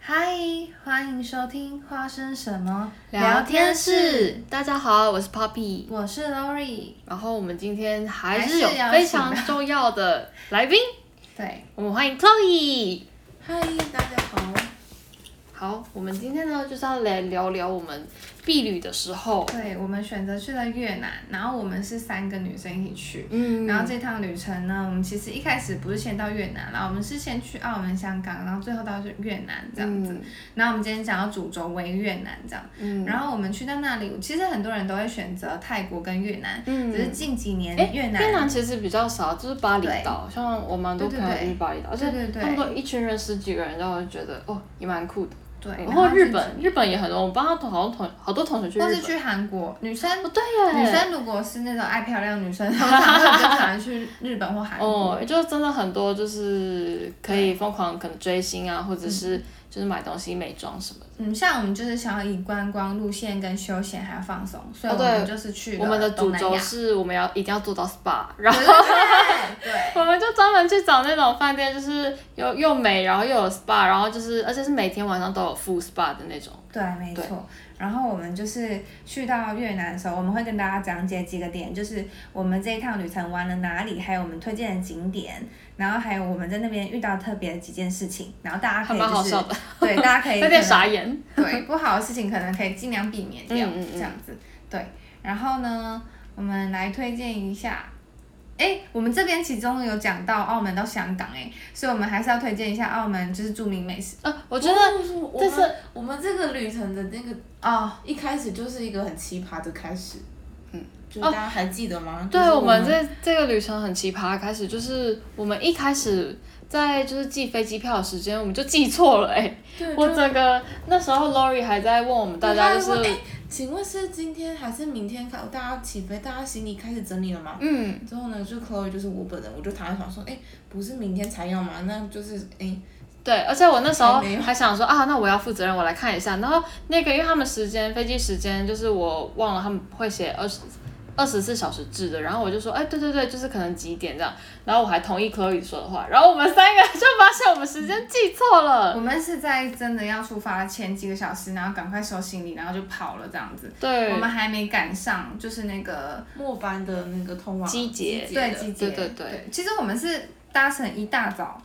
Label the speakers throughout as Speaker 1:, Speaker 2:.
Speaker 1: 嗨，欢迎收听《花生什么》，
Speaker 2: 大家好，我是 Poppy，
Speaker 1: 我是 Lori。
Speaker 2: 然后我们今天还
Speaker 1: 还
Speaker 2: 是
Speaker 1: 是
Speaker 2: 有
Speaker 1: 邀请
Speaker 2: 非常
Speaker 1: 到
Speaker 2: 重要的 来宾，
Speaker 1: 对，
Speaker 2: 我们欢迎 Chloe。
Speaker 3: 嗨，大家好。
Speaker 2: 好，我们今天呢就是要来聊聊我们避旅的时候，
Speaker 1: 对我们选择去了越南，然后我们是三个女生一起去。
Speaker 2: 嗯
Speaker 1: 然后这趟旅程呢，我们其实一开始不是先到越南啦，我们是先去澳门、香港，然后最后到越南这样子。然后我们今天讲到主轴为越南这样，
Speaker 2: 嗯
Speaker 1: 然后我们去到那里，其实很多人都会选择泰国跟越南，
Speaker 2: 嗯
Speaker 1: 只是近几年
Speaker 2: 诶
Speaker 1: 越南
Speaker 2: 越南其实比较少，就是巴厘
Speaker 1: 对
Speaker 2: 岛，像我蛮多
Speaker 1: 对
Speaker 2: 朋
Speaker 1: 对
Speaker 2: 友
Speaker 1: 对
Speaker 2: 去巴厘岛，而且
Speaker 1: 对对对
Speaker 2: 他们都一群人十几个人，然后我就觉得哦也蛮酷的。
Speaker 1: 对，
Speaker 2: 然后哦日
Speaker 1: 甚至
Speaker 2: 本，日本也很多，我帮他同好像同好多同学去日
Speaker 1: 或
Speaker 2: 本
Speaker 1: 是，去韩国，女生
Speaker 2: 哦对耶，
Speaker 1: 女生如果是那种爱漂亮女生，通常会比较喜欢去日本或韩国。
Speaker 2: 哦，就真的很多，就是可以疯狂可能追星啊，或者是就是买东西、美妆什么的。
Speaker 1: 嗯，像我们就是想要以观光路线跟休闲还有放松，所以
Speaker 2: 哦
Speaker 1: 我
Speaker 2: 对
Speaker 1: 们就是去
Speaker 2: 我们的
Speaker 1: 了
Speaker 2: 主
Speaker 1: 东南
Speaker 2: 轴
Speaker 1: 亚。
Speaker 2: 是我们要一定要做到 SPA，然后
Speaker 1: 对对 对对
Speaker 2: 我们就专门去找那种饭店，就是又又美，然后又有 SPA，然后就是而且是每天晚上都有 full SPA 的那种。
Speaker 1: 对，没错。然后我们就是去到越南的时候，我们会跟大家讲解几个点，就是我们这一趟旅程玩了哪里，还有我们推荐的景点，然后还有我们在那边遇到特别的几件事情，然后大家可以
Speaker 2: 还蛮好
Speaker 1: 就是
Speaker 2: 笑的
Speaker 1: 对，大家可以
Speaker 2: 有点
Speaker 1: 可能
Speaker 2: 傻眼。
Speaker 1: 对，不好的事情可能可以尽量避免掉，
Speaker 2: 嗯嗯嗯
Speaker 1: 这样子。对，然后呢，我们来推荐一下。哎，我们这边其中有讲到澳门到香港，哎，所以我们还是要推荐一下澳门就是著名美食
Speaker 2: 呃，我
Speaker 3: 我
Speaker 2: 觉得
Speaker 3: 哦我
Speaker 2: 这
Speaker 3: 们
Speaker 2: 是
Speaker 3: 我们这个旅程的那个
Speaker 1: 哦。
Speaker 3: 一开始就是一个很奇葩的开始。
Speaker 2: 嗯，
Speaker 3: 就大家还记得吗？
Speaker 2: 对
Speaker 3: 就是
Speaker 2: 我
Speaker 3: 我
Speaker 2: 们这这个旅程很奇葩，开始就是我们一开始在就是寄飞机票的时间，我们就记错了哎、
Speaker 3: 对
Speaker 2: 我
Speaker 3: 就
Speaker 2: 整个那时候 Lori 还在问我们大家就是
Speaker 3: 对他还问哎请问是今天还是明天开？大家起飞，大家行李开始整理了吗？
Speaker 2: 嗯，
Speaker 3: 之后呢，就 Chloe 就是我本人，我就躺在床上说，哎、不是明天才要吗？那就是哎、
Speaker 2: 对，而且我那时候
Speaker 3: 还没有
Speaker 2: 还想说啊，那我要负责任，我来看一下。然后那个因为他们时间飞机时间就是我忘了他们会写二十。二十四小时制的，然后我就说，哎，对对对，就是可能几点这样，然后我还同意 Chloe 说的话，然后我们三个就发现我们时间记错了，
Speaker 1: 我们是在真的要出发前几个小时，然后赶快收行李，然后就跑了这样子。
Speaker 2: 对
Speaker 1: 我，们还没赶上，就是那个
Speaker 3: 末班的那个通往
Speaker 2: 机捷
Speaker 3: 机
Speaker 1: 对
Speaker 3: 的
Speaker 1: 季节，
Speaker 2: 对对对
Speaker 1: 对。其实我们是搭乘一大早，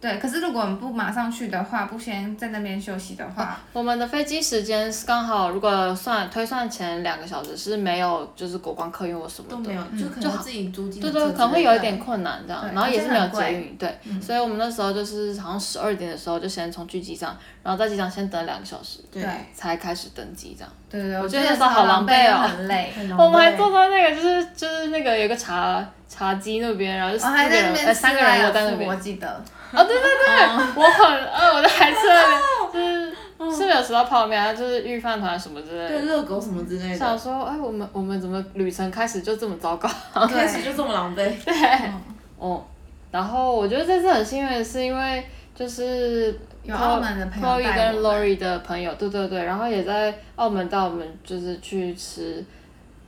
Speaker 1: 对。可是如果我们不马上去的话，不先在那边休息的话，
Speaker 2: 我们的飞机时间是刚好，如果算推算前两个小时是没有就是国光客运或什么的，
Speaker 3: 都没有，就可
Speaker 2: 就
Speaker 3: 能
Speaker 2: 好
Speaker 3: 自己租金
Speaker 1: 嗯
Speaker 2: 对嗯对，
Speaker 3: 的车
Speaker 2: 可能
Speaker 3: 之
Speaker 2: 会
Speaker 3: 类
Speaker 2: 有一
Speaker 3: 的
Speaker 2: 点困难这样，
Speaker 1: 对
Speaker 2: 然后也是没有
Speaker 1: 而且
Speaker 2: 捷
Speaker 1: 很嗯
Speaker 2: 运，对，所以我们那时候就是好像十二点的时候就先从去机场，然后在机场先等两个小时，
Speaker 3: 对
Speaker 1: 对
Speaker 2: 才开始登机这样。
Speaker 1: 对对对，
Speaker 2: 我
Speaker 1: 我
Speaker 2: 觉得
Speaker 1: 那
Speaker 2: 那
Speaker 1: 时
Speaker 2: 时
Speaker 1: 候
Speaker 2: 候好
Speaker 1: 狼
Speaker 2: 狼
Speaker 1: 狈
Speaker 2: 狈哦
Speaker 1: 很累。
Speaker 3: 很
Speaker 2: 我们还
Speaker 3: 累
Speaker 2: 坐到那个就是就是那个有个茶茶几那边，然后就
Speaker 1: 我
Speaker 2: 四
Speaker 1: 哦还
Speaker 2: 个
Speaker 1: 在那
Speaker 2: 人，
Speaker 1: 边
Speaker 2: 呃，
Speaker 1: 吃
Speaker 2: 三个
Speaker 1: 莱
Speaker 2: 人
Speaker 1: 尔
Speaker 2: 我在那
Speaker 1: 富
Speaker 2: 边
Speaker 1: 我，记得，
Speaker 2: 啊，对对对，我很饿，我就还吃了，
Speaker 1: 哦
Speaker 2: 就是是没有吃到泡面，然后就是御饭团什么之类
Speaker 3: 对
Speaker 2: 的。
Speaker 3: 热狗什么之类
Speaker 2: 想
Speaker 3: 的，
Speaker 2: 说，哎，我们我们怎么旅程开始就这么糟糕？
Speaker 3: 开始就这么狼狈。
Speaker 2: 哦， 然后我觉得这次很幸运的是，因为就是
Speaker 1: 有澳门的朋友
Speaker 2: Chloe
Speaker 1: 带
Speaker 2: 跟
Speaker 1: 我们
Speaker 2: Lori 的朋友，对对对，然后也在澳门带我们就是去吃，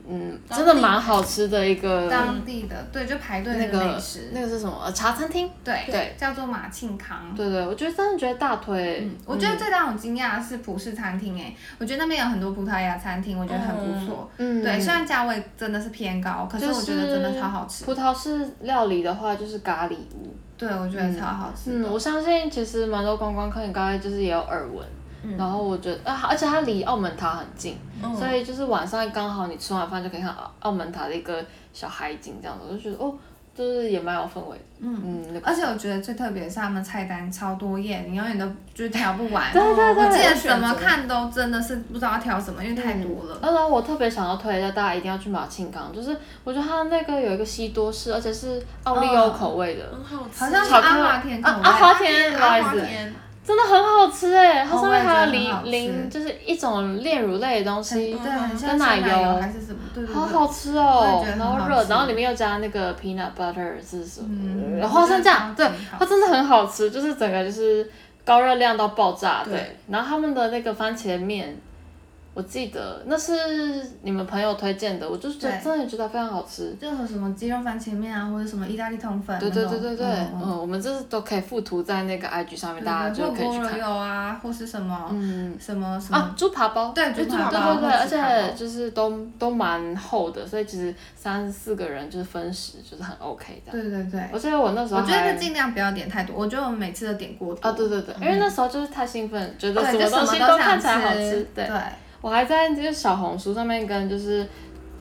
Speaker 2: 嗯，
Speaker 3: 当地
Speaker 2: 真的蛮好吃的一个
Speaker 1: 当地的对，就排队
Speaker 2: 那
Speaker 1: 的
Speaker 2: 个
Speaker 1: 美食，
Speaker 2: 那个是什么？呃，茶餐厅。
Speaker 1: 对
Speaker 2: 对，
Speaker 1: 叫做马庆康。
Speaker 2: 对对，我觉得真的觉得大腿，
Speaker 1: 嗯我
Speaker 2: 嗯
Speaker 1: 觉得最让我惊讶的是葡式餐厅，哎，我觉得那边有很多葡萄牙餐厅，我觉得很不错。
Speaker 2: 嗯，
Speaker 1: 对，虽然价位真的是偏高，可是
Speaker 2: 就
Speaker 1: 我
Speaker 2: 嗯是
Speaker 1: 觉得真的超好吃。
Speaker 2: 葡萄式料理的话，就是咖喱屋。
Speaker 1: 对，我觉得超好吃
Speaker 2: 嗯，
Speaker 1: 的。
Speaker 2: 我相信其实蛮多观光客应该就是也有耳闻，
Speaker 1: 嗯
Speaker 2: 然后我觉得，啊，而且它离澳门塔很近，所以就是晚上刚好你吃完饭就可以看澳澳门塔的一个小海景这样子，我就觉得哦，就是也蛮有氛围的。嗯嗯，那个
Speaker 1: 而且我觉得最特别的是他们菜单超多页，你永远都就是挑不完。
Speaker 2: 对对对
Speaker 1: 我记
Speaker 3: 有
Speaker 1: 得
Speaker 3: 选
Speaker 1: 怎么
Speaker 3: 择
Speaker 1: 看都真的是不知道要挑什么，因为太多了。
Speaker 2: 然后我特别想要推一下，大家一定要去马庆港，就是我觉得它那个有一个西多士，而且是奥利欧口味的，
Speaker 1: 嗯
Speaker 3: 很好吃，
Speaker 1: 好像是
Speaker 2: 巧克
Speaker 1: 阿华田口味
Speaker 2: 啊阿华田
Speaker 1: 阿
Speaker 2: 不好意
Speaker 1: 华
Speaker 2: 思
Speaker 1: 田
Speaker 3: 天，
Speaker 2: 真的很好吃哎、它
Speaker 1: 哦
Speaker 2: 上
Speaker 1: 我也
Speaker 2: 面
Speaker 1: 觉得
Speaker 2: 还有
Speaker 1: 很好吃
Speaker 2: 淋淋，就是一种炼乳类的东西，
Speaker 1: 对，很像
Speaker 2: 嗯跟奶
Speaker 1: 鲜奶
Speaker 2: 油
Speaker 1: 还是什么，对对对。
Speaker 2: 好好吃哦
Speaker 1: 我也，觉得很
Speaker 2: 然
Speaker 1: 好吃
Speaker 2: 后热，然后里面又加那个 peanut butter 是什么？
Speaker 1: 嗯
Speaker 2: 呃花生酱，
Speaker 1: 真
Speaker 2: 对
Speaker 1: 的超级好吃，
Speaker 2: 它真的很好吃，就是整个就是高热量到爆炸，
Speaker 3: 对
Speaker 2: 对。然后他们的那个番茄面我记得那是你们朋友推荐的，我就是觉得
Speaker 1: 对
Speaker 2: 真的觉得非常好吃。
Speaker 1: 就有什么鸡肉番茄面啊，或者什么意大利通粉那
Speaker 2: 对
Speaker 1: 种，
Speaker 2: 对对对对，
Speaker 1: 嗯嗯
Speaker 2: 嗯，我们这是都可以附图在那个 IG 上面，大家
Speaker 1: 对
Speaker 2: 就可以
Speaker 1: 或
Speaker 2: 去
Speaker 1: 菠萝
Speaker 2: 看。
Speaker 1: 油啊，或是什么，嗯，什么什
Speaker 2: 啊
Speaker 1: 么，，
Speaker 2: 猪扒包，
Speaker 1: 对
Speaker 2: 就啊
Speaker 1: 猪扒
Speaker 2: 对
Speaker 1: 包
Speaker 2: 对对，
Speaker 3: 或
Speaker 2: 而
Speaker 3: 者是扒包
Speaker 2: 且就是都都蛮厚的，所以其实三四个人就是分食就是很 OK 的。
Speaker 1: 对对对，
Speaker 2: 我记得我那时候
Speaker 1: 我觉得
Speaker 2: 还
Speaker 1: 尽量不要点太多，我觉得我们每次都点过多
Speaker 2: 啊，对对对，因为那时候就是太兴奋，觉得
Speaker 1: 对，就
Speaker 2: 什么
Speaker 1: 什
Speaker 2: 东
Speaker 1: 么
Speaker 2: 西都
Speaker 1: 想
Speaker 2: 看起来好吃，对
Speaker 1: 对，
Speaker 2: 我还在这个小红书上面跟就是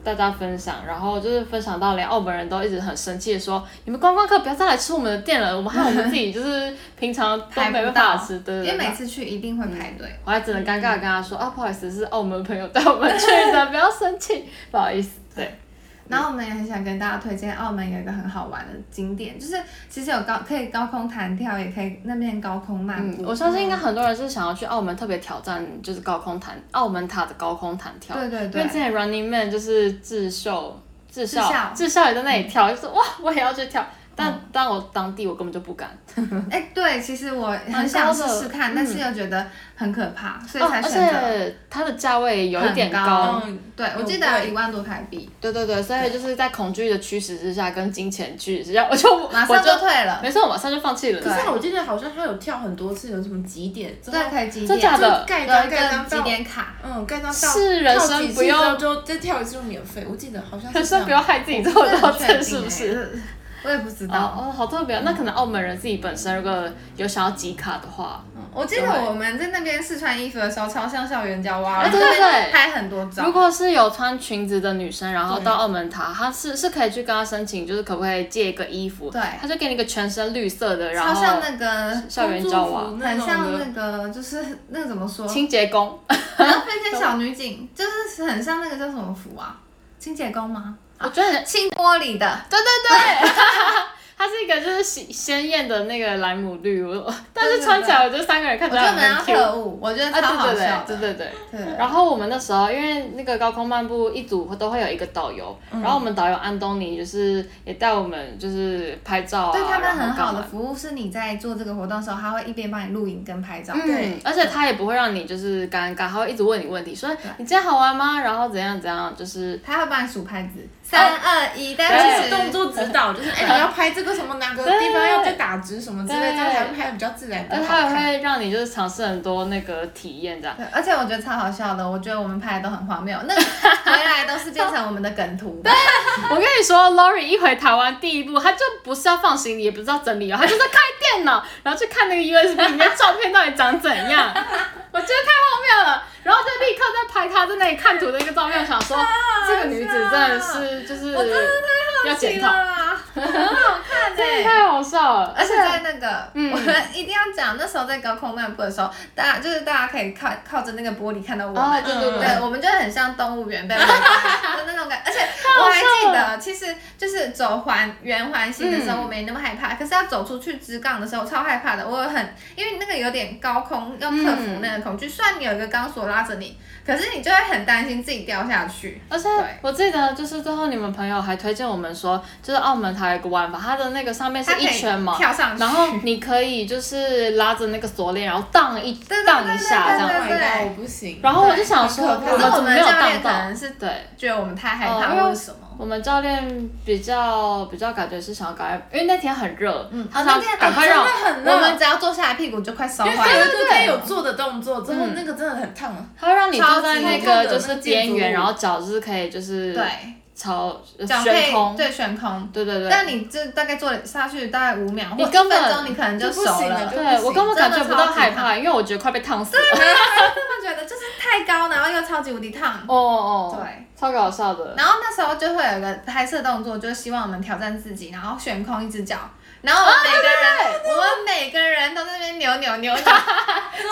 Speaker 2: 大家分享，然后就是分享到连澳门人都一直很生气的说，你们观光客不要再来吃我们的店了，我们害我们自己就是平常都
Speaker 1: 排
Speaker 2: 没
Speaker 1: 不
Speaker 2: 办法
Speaker 1: 到
Speaker 2: 吃，对对
Speaker 1: 因为
Speaker 2: 对
Speaker 1: 每
Speaker 2: 对。
Speaker 1: 次去一定
Speaker 2: 嗯
Speaker 1: 会排队。
Speaker 2: 我还只能尴尬地跟他说、啊，不好意思，是澳门朋友带我们去的，不要生气，不好意思。对，
Speaker 1: 然后我们也很想跟大家推荐澳门有一个很好玩的景点，就是其实有高可以高空弹跳，也可以那边高空漫
Speaker 2: 嗯，
Speaker 1: 步。
Speaker 2: 我相信应该很多人是想要去澳门特别挑战，就是高空弹澳门塔的高空弹跳。
Speaker 1: 对对
Speaker 2: 因为
Speaker 1: 对
Speaker 2: 之，前 Running Man 就是智秀，智
Speaker 1: 智孝嗯
Speaker 2: 孝，智孝也在那里跳，就说哇，我也要去跳。但、但我当地我根本就不敢，
Speaker 1: 哎、对，其实我很
Speaker 2: 蛮
Speaker 1: 想
Speaker 2: 高
Speaker 1: 试
Speaker 2: 的嗯
Speaker 1: 试看，但是又觉得很可怕，所以
Speaker 2: 哦
Speaker 1: 才
Speaker 2: 而
Speaker 1: 选择。
Speaker 2: 且它的价位有一点
Speaker 1: 很高
Speaker 2: 高，
Speaker 3: 嗯，
Speaker 1: 对，我记得一万多台币，
Speaker 2: 对对对，所以就是在恐惧的驱使之下，跟金钱驱使之下，我就
Speaker 1: 马
Speaker 2: 哦我
Speaker 1: 上就
Speaker 2: 就
Speaker 1: 退了。
Speaker 2: 没事，我马上就放弃了。
Speaker 3: 可是我记得好像他有跳很多次，有什么几点？之后
Speaker 1: 对，可以几
Speaker 2: 真
Speaker 1: 点
Speaker 2: 假？的
Speaker 3: 就盖章
Speaker 1: 有一
Speaker 3: 盖
Speaker 1: 个
Speaker 3: 章
Speaker 1: 几
Speaker 3: 到，
Speaker 1: 点卡，
Speaker 3: 嗯，盖章到
Speaker 2: 是人生
Speaker 3: 跳几次
Speaker 2: 不用
Speaker 3: 之后就再跳一次就免费。我记得好像
Speaker 2: 可
Speaker 3: 是这
Speaker 2: 是
Speaker 3: 样
Speaker 2: 不要害自己这么多
Speaker 1: 我也
Speaker 2: 次，是不
Speaker 1: 确定
Speaker 2: 是？
Speaker 1: 欸？我也不知道。
Speaker 2: 哦哦，好特别啊！那可能澳门人自己本身如果有想要集卡的话，
Speaker 1: 我记得我们在那边试穿衣服的时候，超像校园交蛙，
Speaker 2: 哎对对
Speaker 1: 那边
Speaker 2: 对
Speaker 1: 拍很多
Speaker 2: 如
Speaker 1: 照。
Speaker 2: 果是有穿裙子的女生，然后
Speaker 3: 对
Speaker 2: 到澳门塔，她是是可以去跟她申请，就是可不可以借一个衣服？
Speaker 1: 对
Speaker 2: 她就给你一个全身绿色的，然
Speaker 1: 超像
Speaker 2: 后
Speaker 1: 那个，
Speaker 2: 校园照啊
Speaker 3: 公主服
Speaker 1: 很
Speaker 3: 那种
Speaker 1: 像那
Speaker 3: 的
Speaker 1: 个，就是那个怎么说？
Speaker 2: 清洁工，
Speaker 1: 然后变成小女警，就是很像那个叫什么服啊？清洁工吗？
Speaker 2: 我觉得很
Speaker 1: 清玻璃的，
Speaker 2: 对对 对，它是一个就是鲜鲜艳的那个莱姆绿，我但是穿起来我觉得三个人看
Speaker 1: 我觉
Speaker 2: 起
Speaker 1: 得我
Speaker 2: 来
Speaker 1: 们要
Speaker 2: 很 Q。
Speaker 1: 特务，我觉得
Speaker 2: 啊，
Speaker 1: 超好
Speaker 2: 对
Speaker 1: 笑
Speaker 2: 对对
Speaker 1: 的。
Speaker 2: 对对对。
Speaker 1: 对，
Speaker 2: 然后我们那时候因为那个高空漫步一组都会有一个导游，
Speaker 1: 嗯
Speaker 2: 然后我们导游安东尼就是也带我们就是拍照啊，
Speaker 1: 对他们
Speaker 2: 然后
Speaker 1: 很
Speaker 2: 干
Speaker 1: 好
Speaker 2: 嘛
Speaker 1: 的服务是你在做这个活动的时候，他会一边帮你录影跟拍照。
Speaker 2: 嗯，而且他也不会让你就是尴尬，他会一直问你问题，说你今天好玩吗？然后怎样怎样，就是
Speaker 1: 他会帮你数拍子，三二一，但
Speaker 3: 但
Speaker 1: 是
Speaker 3: 是动作指导就是，哎、你要拍这个什么哪个地方要再打直什么之类，
Speaker 2: 对
Speaker 3: 这样才会拍的比较自然。
Speaker 2: 而
Speaker 3: 比较好
Speaker 2: 他
Speaker 3: 看
Speaker 2: 也会让你就是尝试很多那个体验这样。
Speaker 1: 对，而且我觉得超好笑的，我觉得我们拍的都很荒谬，那个回来都是变成我们的梗图。对，
Speaker 2: 我跟你说，Lori 一回台湾第一步，他就不是要放行李，也不是要整理哦，他就是开电脑，然后去看那个 USB 里面照片到底长怎样。我觉得太荒谬了，然后就立刻在拍他在那里看图的一个照片，想说这个女子真的是就是要检讨，
Speaker 1: 啦，很好 看
Speaker 2: 这
Speaker 1: 哎、
Speaker 2: 也太好笑了，
Speaker 1: 而且在那个，
Speaker 2: 嗯
Speaker 1: 我们一定要讲，那时候在高空漫步的时候，大家就是大家可以靠靠着那个玻璃看到我们，
Speaker 2: 哦，对对
Speaker 3: 嗯
Speaker 2: 对
Speaker 1: 对，，我们就很像动物 园被围观的那种感而且我还记得，其实就是走环圆环形的时候，
Speaker 2: 哦嗯
Speaker 1: 我没那么害怕，可是要走出去直杠的时候，我超害怕的。我有很因为那个有点高空，要克服那个恐惧。虽然你有一个钢索拉着你，可是你就会很担心自己掉下去。
Speaker 2: 而且
Speaker 1: 对
Speaker 2: 我记得，就是最后你们朋友还推荐我们说，就是澳门它有一个玩法，它的那个上面是
Speaker 1: 它可
Speaker 2: 一
Speaker 1: 以
Speaker 2: 圈嘛，
Speaker 1: 跳上去，
Speaker 2: 然后你可以就是拉着那个锁链，然后荡一
Speaker 1: 对对
Speaker 2: 荡
Speaker 1: 对
Speaker 2: 一下这
Speaker 1: 对
Speaker 2: 样。
Speaker 1: 对对
Speaker 3: Oh my god，我不行。
Speaker 2: 然后我就想说，
Speaker 3: 对
Speaker 2: 我们怎么没有
Speaker 1: 可是我们教练
Speaker 2: 荡
Speaker 1: 可
Speaker 2: 到
Speaker 1: 能是？
Speaker 2: 对，
Speaker 1: 觉得我们太害
Speaker 2: 哦
Speaker 1: 怕
Speaker 2: 因为
Speaker 1: 或者什么。
Speaker 2: 我们教练比较比较感觉是想要赶快，因为那天很热，他
Speaker 1: 嗯那
Speaker 2: 想
Speaker 1: 天哦
Speaker 2: 赶快让
Speaker 3: 真的很热
Speaker 1: 我们只要坐下来，屁股就快烧
Speaker 3: 因为
Speaker 1: 坏
Speaker 3: 他有
Speaker 1: 了。
Speaker 3: 一个可以有做的动作，之
Speaker 2: 嗯
Speaker 3: 后那个真的很烫啊。
Speaker 2: 他会让你坐在那
Speaker 3: 超级
Speaker 2: 个就是边
Speaker 3: 那个建筑
Speaker 2: 缘，
Speaker 3: 物
Speaker 2: 然后脚就是可以就是
Speaker 1: 对，
Speaker 2: 朝呃
Speaker 1: 脚可
Speaker 2: 悬
Speaker 1: 以
Speaker 2: 空，
Speaker 1: 对悬空。
Speaker 2: 对对对。
Speaker 1: 但你这大概做下去大概五秒或
Speaker 2: 你
Speaker 1: 一分
Speaker 2: 根本
Speaker 1: 钟，你可能就熟
Speaker 3: 就不行
Speaker 1: 了
Speaker 3: 了。
Speaker 2: 对我根本感觉不到害
Speaker 1: 真的超级
Speaker 2: 怕，因为我觉得快被烫死了。
Speaker 1: 他觉得就是太高，然后又超级无敌烫。
Speaker 2: 哦哦，
Speaker 1: 对，
Speaker 2: 超搞笑的。
Speaker 1: 然后那时候就会有一个拍摄动作，就是希望我们挑战自己，然后悬空一只脚，然后我们每个人，我们每个人都在那边扭扭扭扭。
Speaker 3: 然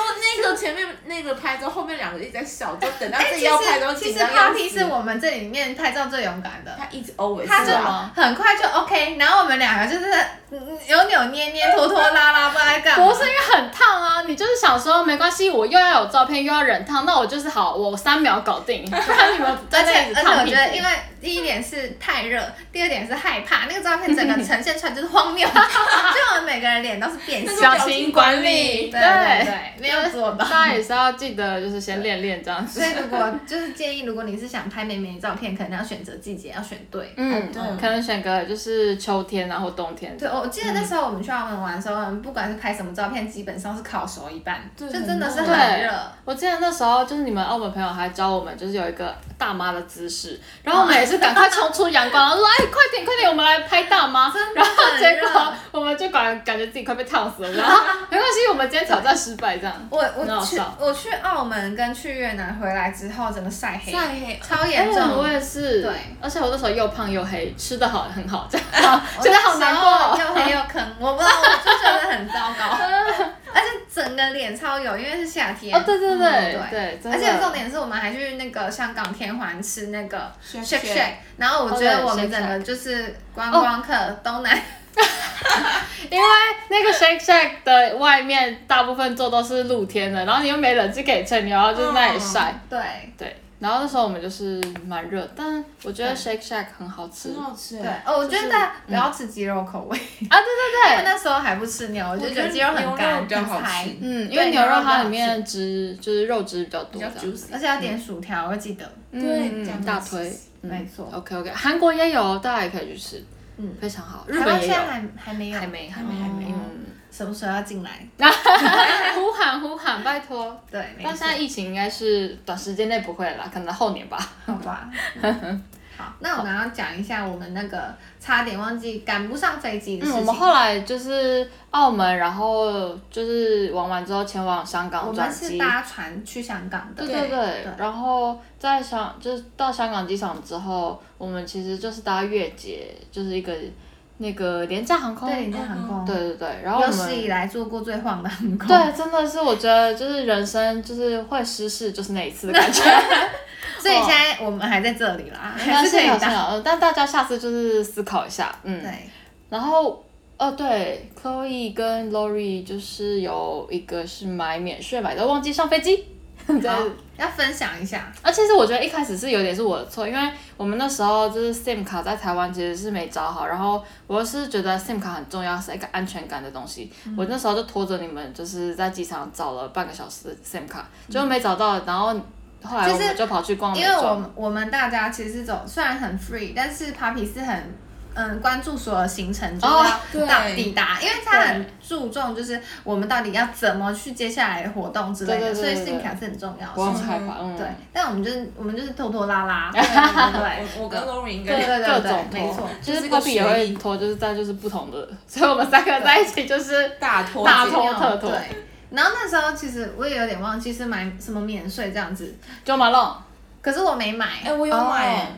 Speaker 3: 后那个前面那个拍之后，后面两个一直在笑，就等到
Speaker 1: 哎
Speaker 3: 自己
Speaker 1: 其实
Speaker 3: 要拍都
Speaker 1: 其
Speaker 3: 紧
Speaker 1: 实
Speaker 3: 张要
Speaker 1: Party
Speaker 3: 死
Speaker 1: 是。我们这里面拍照最勇敢的。
Speaker 3: 他一直 always
Speaker 1: 他
Speaker 2: 是
Speaker 1: 就
Speaker 3: 啊
Speaker 2: 吗
Speaker 1: 很快就 OK，然后我们两个就是嗯扭扭捏捏、拖拖拉拉，不知道在干嘛。
Speaker 2: 不是因为很烫啊，你就是想说没关系，我又要有照片，又要忍烫，那我就是好，我三秒搞定，不然你们
Speaker 1: 而
Speaker 2: 在
Speaker 1: 且
Speaker 2: 那
Speaker 1: 而
Speaker 2: 里一直
Speaker 1: 且我
Speaker 2: 烫屁
Speaker 1: 觉
Speaker 2: 股
Speaker 1: 得，因为第一点是太热，第二点是害怕，那个照片整个呈现出来就是荒 谬，就我们每个人脸都是变形。
Speaker 2: 表情管理，
Speaker 1: 对对对，没有做 到。
Speaker 2: 大家也是要记得，就是先练练这样子
Speaker 1: 所。以如果就是建议，如果你是想拍美美的照片，可能要选择季节，要选对。
Speaker 2: 嗯，
Speaker 3: 对
Speaker 2: 可能选个就是秋天啊或冬天。
Speaker 1: 对，我记得那时候我们去澳门玩的时候，我们不管是拍什么照片，基本上是烤熟一半，就
Speaker 3: 对
Speaker 1: 真的是
Speaker 3: 很
Speaker 1: 很
Speaker 3: 热
Speaker 1: 热。
Speaker 2: 我记得那时候就是你们澳门朋友还教我们，就是有一个大妈的姿势，然后我们也是赶快冲出阳光，然后说哎快点快点，我们来拍大妈。然后结果我们就感感觉自己快被烫死了，然后没关系，我们今天挑战失败这样。
Speaker 1: 我
Speaker 2: 很
Speaker 1: 我
Speaker 2: 好
Speaker 1: 去
Speaker 2: 笑
Speaker 1: 我去澳门跟去越南回来之后，整个晒黑，
Speaker 3: 晒黑
Speaker 1: 超
Speaker 2: 哎
Speaker 1: 严重。
Speaker 2: 我我也是，
Speaker 1: 对
Speaker 2: 而且我那时候又胖又黑，吃的好很好，这样
Speaker 1: 我
Speaker 2: 觉得
Speaker 1: 那
Speaker 2: 好
Speaker 1: 时
Speaker 2: 难
Speaker 1: 候
Speaker 2: 过。
Speaker 1: 又黑又坑，我不知道，我就觉得很糟 糕，而且整个脸超油，因为是夏天。
Speaker 2: 哦，对对对
Speaker 1: 嗯
Speaker 2: 对，真
Speaker 1: 而且重
Speaker 2: 的。
Speaker 1: 点是我们还去那个香港天环吃那个
Speaker 3: Shake
Speaker 1: shake
Speaker 3: Shack
Speaker 1: shake，然后我觉
Speaker 2: 哦
Speaker 1: 得
Speaker 2: 对
Speaker 1: 我们
Speaker 2: Shake
Speaker 1: 整个
Speaker 2: Shack 哦
Speaker 1: 就是观光客东南
Speaker 2: 因为那个 Shake Shack 的外面大部分座都是露天的，然后你又没冷气可以吹，你然后就在那里晒。
Speaker 1: 对
Speaker 2: 对，然后那时候我们就是蛮热，但我觉得 Shake Shack 很好吃
Speaker 3: 很好吃
Speaker 1: 对
Speaker 3: 哎。
Speaker 1: 哦，我觉得大
Speaker 2: 嗯
Speaker 1: 家不要吃鸡肉口味，
Speaker 2: 啊！对对对，
Speaker 1: 那时候还不吃牛，我就觉得鸡肉很
Speaker 3: 牛肉
Speaker 1: 干
Speaker 3: 比较好
Speaker 1: 很柴
Speaker 3: 吃，
Speaker 2: 嗯，因
Speaker 1: 对
Speaker 2: 为牛肉
Speaker 1: 牛肉
Speaker 2: 它
Speaker 1: 比较
Speaker 2: 里面的汁就是肉汁比较多，
Speaker 3: 比
Speaker 2: 这
Speaker 3: 较
Speaker 2: 样
Speaker 3: juicy，
Speaker 1: 而且要点薯条，我会记得。
Speaker 3: 对
Speaker 2: 嗯，
Speaker 3: 讲
Speaker 2: 大
Speaker 3: 得
Speaker 2: 推，嗯
Speaker 1: 没错
Speaker 2: OK OK，韩国也有，大家也可以去吃，嗯，非常好。日
Speaker 1: 台湾
Speaker 2: 本也
Speaker 1: 现
Speaker 2: 有，
Speaker 1: 在还还没有，嗯
Speaker 2: 还没，还
Speaker 1: 还
Speaker 2: 没，
Speaker 1: 没
Speaker 2: 还
Speaker 1: 还没
Speaker 2: 没有
Speaker 1: 有。，什么时候要进来？
Speaker 2: 呼喊呼喊，拜托。
Speaker 1: 对，没
Speaker 2: 但
Speaker 1: 错
Speaker 2: 现在疫情应该是短时间内不会啦，可能后年吧。
Speaker 1: 好 吧。好，那我们要讲一下我们那个差点忘记赶不上飞机的事
Speaker 2: 嗯，
Speaker 1: 情。
Speaker 2: 我们后来就是澳门，然后就是玩完之后前往香
Speaker 1: 我
Speaker 2: 港转
Speaker 1: 们
Speaker 2: 机。
Speaker 1: 是搭船去香港的，
Speaker 2: 对对对，
Speaker 1: 对
Speaker 2: 然后在香就是到香港机场之后，我们其实就是搭越捷，就是一个那个廉价航空。
Speaker 1: 对廉价航空，
Speaker 2: 对对对然后我
Speaker 1: 有史以
Speaker 2: 们
Speaker 1: 来坐过最晃的航空。
Speaker 2: 对真的是我觉得就是人生就是会失事，就是那一次的感觉。
Speaker 1: 所以现在
Speaker 2: 哦
Speaker 1: 我们还在这里啦， 还
Speaker 2: 但
Speaker 1: 是可以
Speaker 2: 好
Speaker 1: 搭。
Speaker 2: 像嗯但大家下次就是思考一下，嗯。
Speaker 1: 对，
Speaker 2: 然后哦对，Chloe 跟 Lori 就是有一个是买免税买的，忘记上飞机。 对，
Speaker 1: 好，要分享一下。
Speaker 2: 啊，其实我觉得一开始是有点是我的错，因为我们那时候就是 SIM 卡在台湾其实是没找好，然后我是觉得 SIM 卡很重要，是一个安全感的东西。我那时候就拖着你们，就是在机场找了半个小时的 SIM 卡，结果没找到，然后后来
Speaker 1: 就
Speaker 2: 我
Speaker 1: 是
Speaker 2: 们就跑去逛美
Speaker 1: 因为我嗯
Speaker 2: 妆。
Speaker 1: 们我们大家其实走虽然很 free，但是 Papi 是很嗯关注所有行程，就是
Speaker 2: 哦
Speaker 1: 要
Speaker 3: 对
Speaker 1: 到抵达，因为他
Speaker 2: 对
Speaker 1: 很注重就是我们到底要怎么去接下来的活动之类
Speaker 2: 对
Speaker 1: 的，
Speaker 2: 对对
Speaker 1: 所以
Speaker 2: 对对
Speaker 1: SIM 卡是很重要
Speaker 2: 我
Speaker 1: 的
Speaker 2: 很
Speaker 1: 事情。
Speaker 2: 害怕，嗯，
Speaker 1: 对，但我们就是我们就是拖拖拉 拉，对 对
Speaker 3: 我我跟 Lori 应
Speaker 1: 嗯对
Speaker 3: 该
Speaker 1: 对
Speaker 2: 各
Speaker 1: 对
Speaker 2: 种
Speaker 1: 对，
Speaker 2: 拖，
Speaker 1: 没错。
Speaker 2: 就
Speaker 3: 就是是一个
Speaker 2: Poppy 也
Speaker 3: 学
Speaker 2: 会
Speaker 3: 艺
Speaker 2: 拖，就是在就是不同的，所以我们三个在一起就是
Speaker 3: 大拖
Speaker 2: 大
Speaker 3: 姐
Speaker 2: 拖特拖
Speaker 1: 对，然后那时候其实我也有点忘记是买什么免税这样子，
Speaker 2: Jo Malone。
Speaker 1: 可是我没买。
Speaker 3: 哎，我有买
Speaker 2: 哦
Speaker 3: 哎，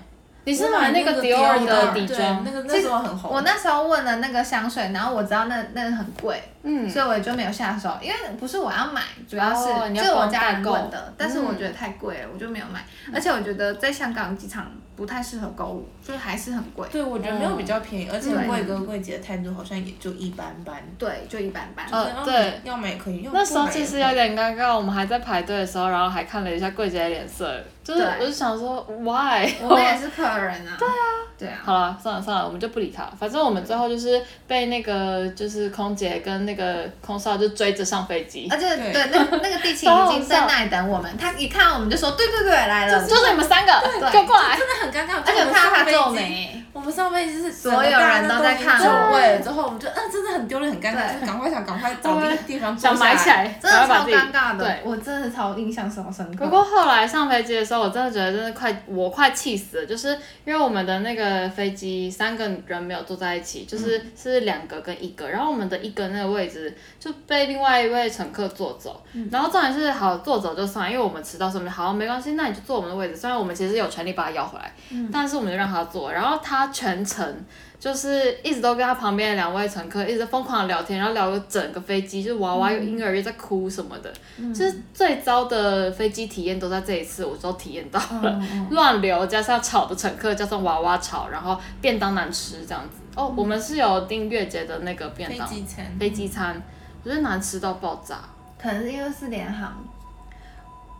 Speaker 2: 你是
Speaker 3: 我
Speaker 2: 买那个
Speaker 3: 个
Speaker 2: Dior 的底
Speaker 3: 对
Speaker 2: 妆
Speaker 3: 那？个那时候很红。
Speaker 1: 我那时候问了那个香水，然后我知道那那很贵，
Speaker 2: 嗯，
Speaker 1: 所以我也就没有下手，因为不是我要买，主要是、
Speaker 2: 哦你要
Speaker 1: 就是我
Speaker 2: 帮
Speaker 1: 家
Speaker 2: 代
Speaker 1: 人
Speaker 2: 购
Speaker 1: 问的，但是我
Speaker 2: 嗯
Speaker 1: 觉得太贵了，我就没有买。而且我觉得在香港机场不太适合购物，就是还是很贵。
Speaker 3: 对，我觉得没有比较便宜，而且
Speaker 1: 嗯
Speaker 3: 贵哥贵姐的态度好像也就一般般。
Speaker 1: 对，就一般般。
Speaker 2: 呃
Speaker 3: 就是
Speaker 2: 对
Speaker 3: 要买可以，要不买
Speaker 2: 那时候其实有
Speaker 3: 也
Speaker 2: 点尴尬，我们还在排队的时候，然后还看了一下柜姐的脸色，就是
Speaker 1: 对
Speaker 2: 我就想说 why？
Speaker 1: 我们也是客人啊。对啊。对啊。
Speaker 2: 哦好了，算了算了，我们就不理他。反正我们最后就是被那个就是空姐跟那个空少就追着上飞机，
Speaker 1: 而且
Speaker 3: 对
Speaker 1: 对那那个地勤已
Speaker 2: 超好
Speaker 1: 经在
Speaker 2: 笑
Speaker 1: 那里等我们，他一看到我们就说对对对来了，
Speaker 2: 就是你们三个
Speaker 1: 呃对
Speaker 2: 给我过来
Speaker 3: 真。的很尴尬。
Speaker 1: 而且我看到他皱
Speaker 3: 做。
Speaker 1: 眉，
Speaker 3: 我们上辈子是
Speaker 1: 所有人都在看我
Speaker 3: 座位了之后，我们就嗯，真的很丢脸，很尴尬，
Speaker 1: 对
Speaker 3: 就赶快想赶快找地地方坐
Speaker 2: 想埋起
Speaker 3: 下来。
Speaker 2: 来，
Speaker 1: 真的
Speaker 2: 然后把
Speaker 1: 超
Speaker 2: 自己
Speaker 1: 尴尬的
Speaker 2: 对，，
Speaker 1: 我真的超印象超深刻
Speaker 2: 不。过后来上飞机的时候，我真的觉得真的快，我快气死了，就是因为我们的那个飞机三个人没有坐在一起，就是是两个跟一个，然后我们的一个那个位置就被另外一位乘客坐走，然后重点是好坐走就算了，因为我们迟到什么好没关系，那你就坐我们的位置，虽然我们其实有权利把他要回来，
Speaker 3: 嗯
Speaker 2: 但是我们就让他坐，然后他全程。就是一直都跟他旁边的两位乘客一直疯狂地聊天，然后聊了整个飞机，就是娃娃有婴儿又在哭什么的，
Speaker 3: 嗯
Speaker 2: 就是最糟的飞机体验都在这一次，我都体验到
Speaker 1: 嗯
Speaker 2: 了，
Speaker 3: 嗯
Speaker 2: 乱流加上吵的乘客，加上娃娃吵，然后便当难吃这样子。哦，我们是有订月节的那个便
Speaker 3: 嗯飞
Speaker 2: 当，
Speaker 3: 机餐，
Speaker 2: 飞机餐，我觉得难吃到爆炸，
Speaker 1: 可能是因为是联航，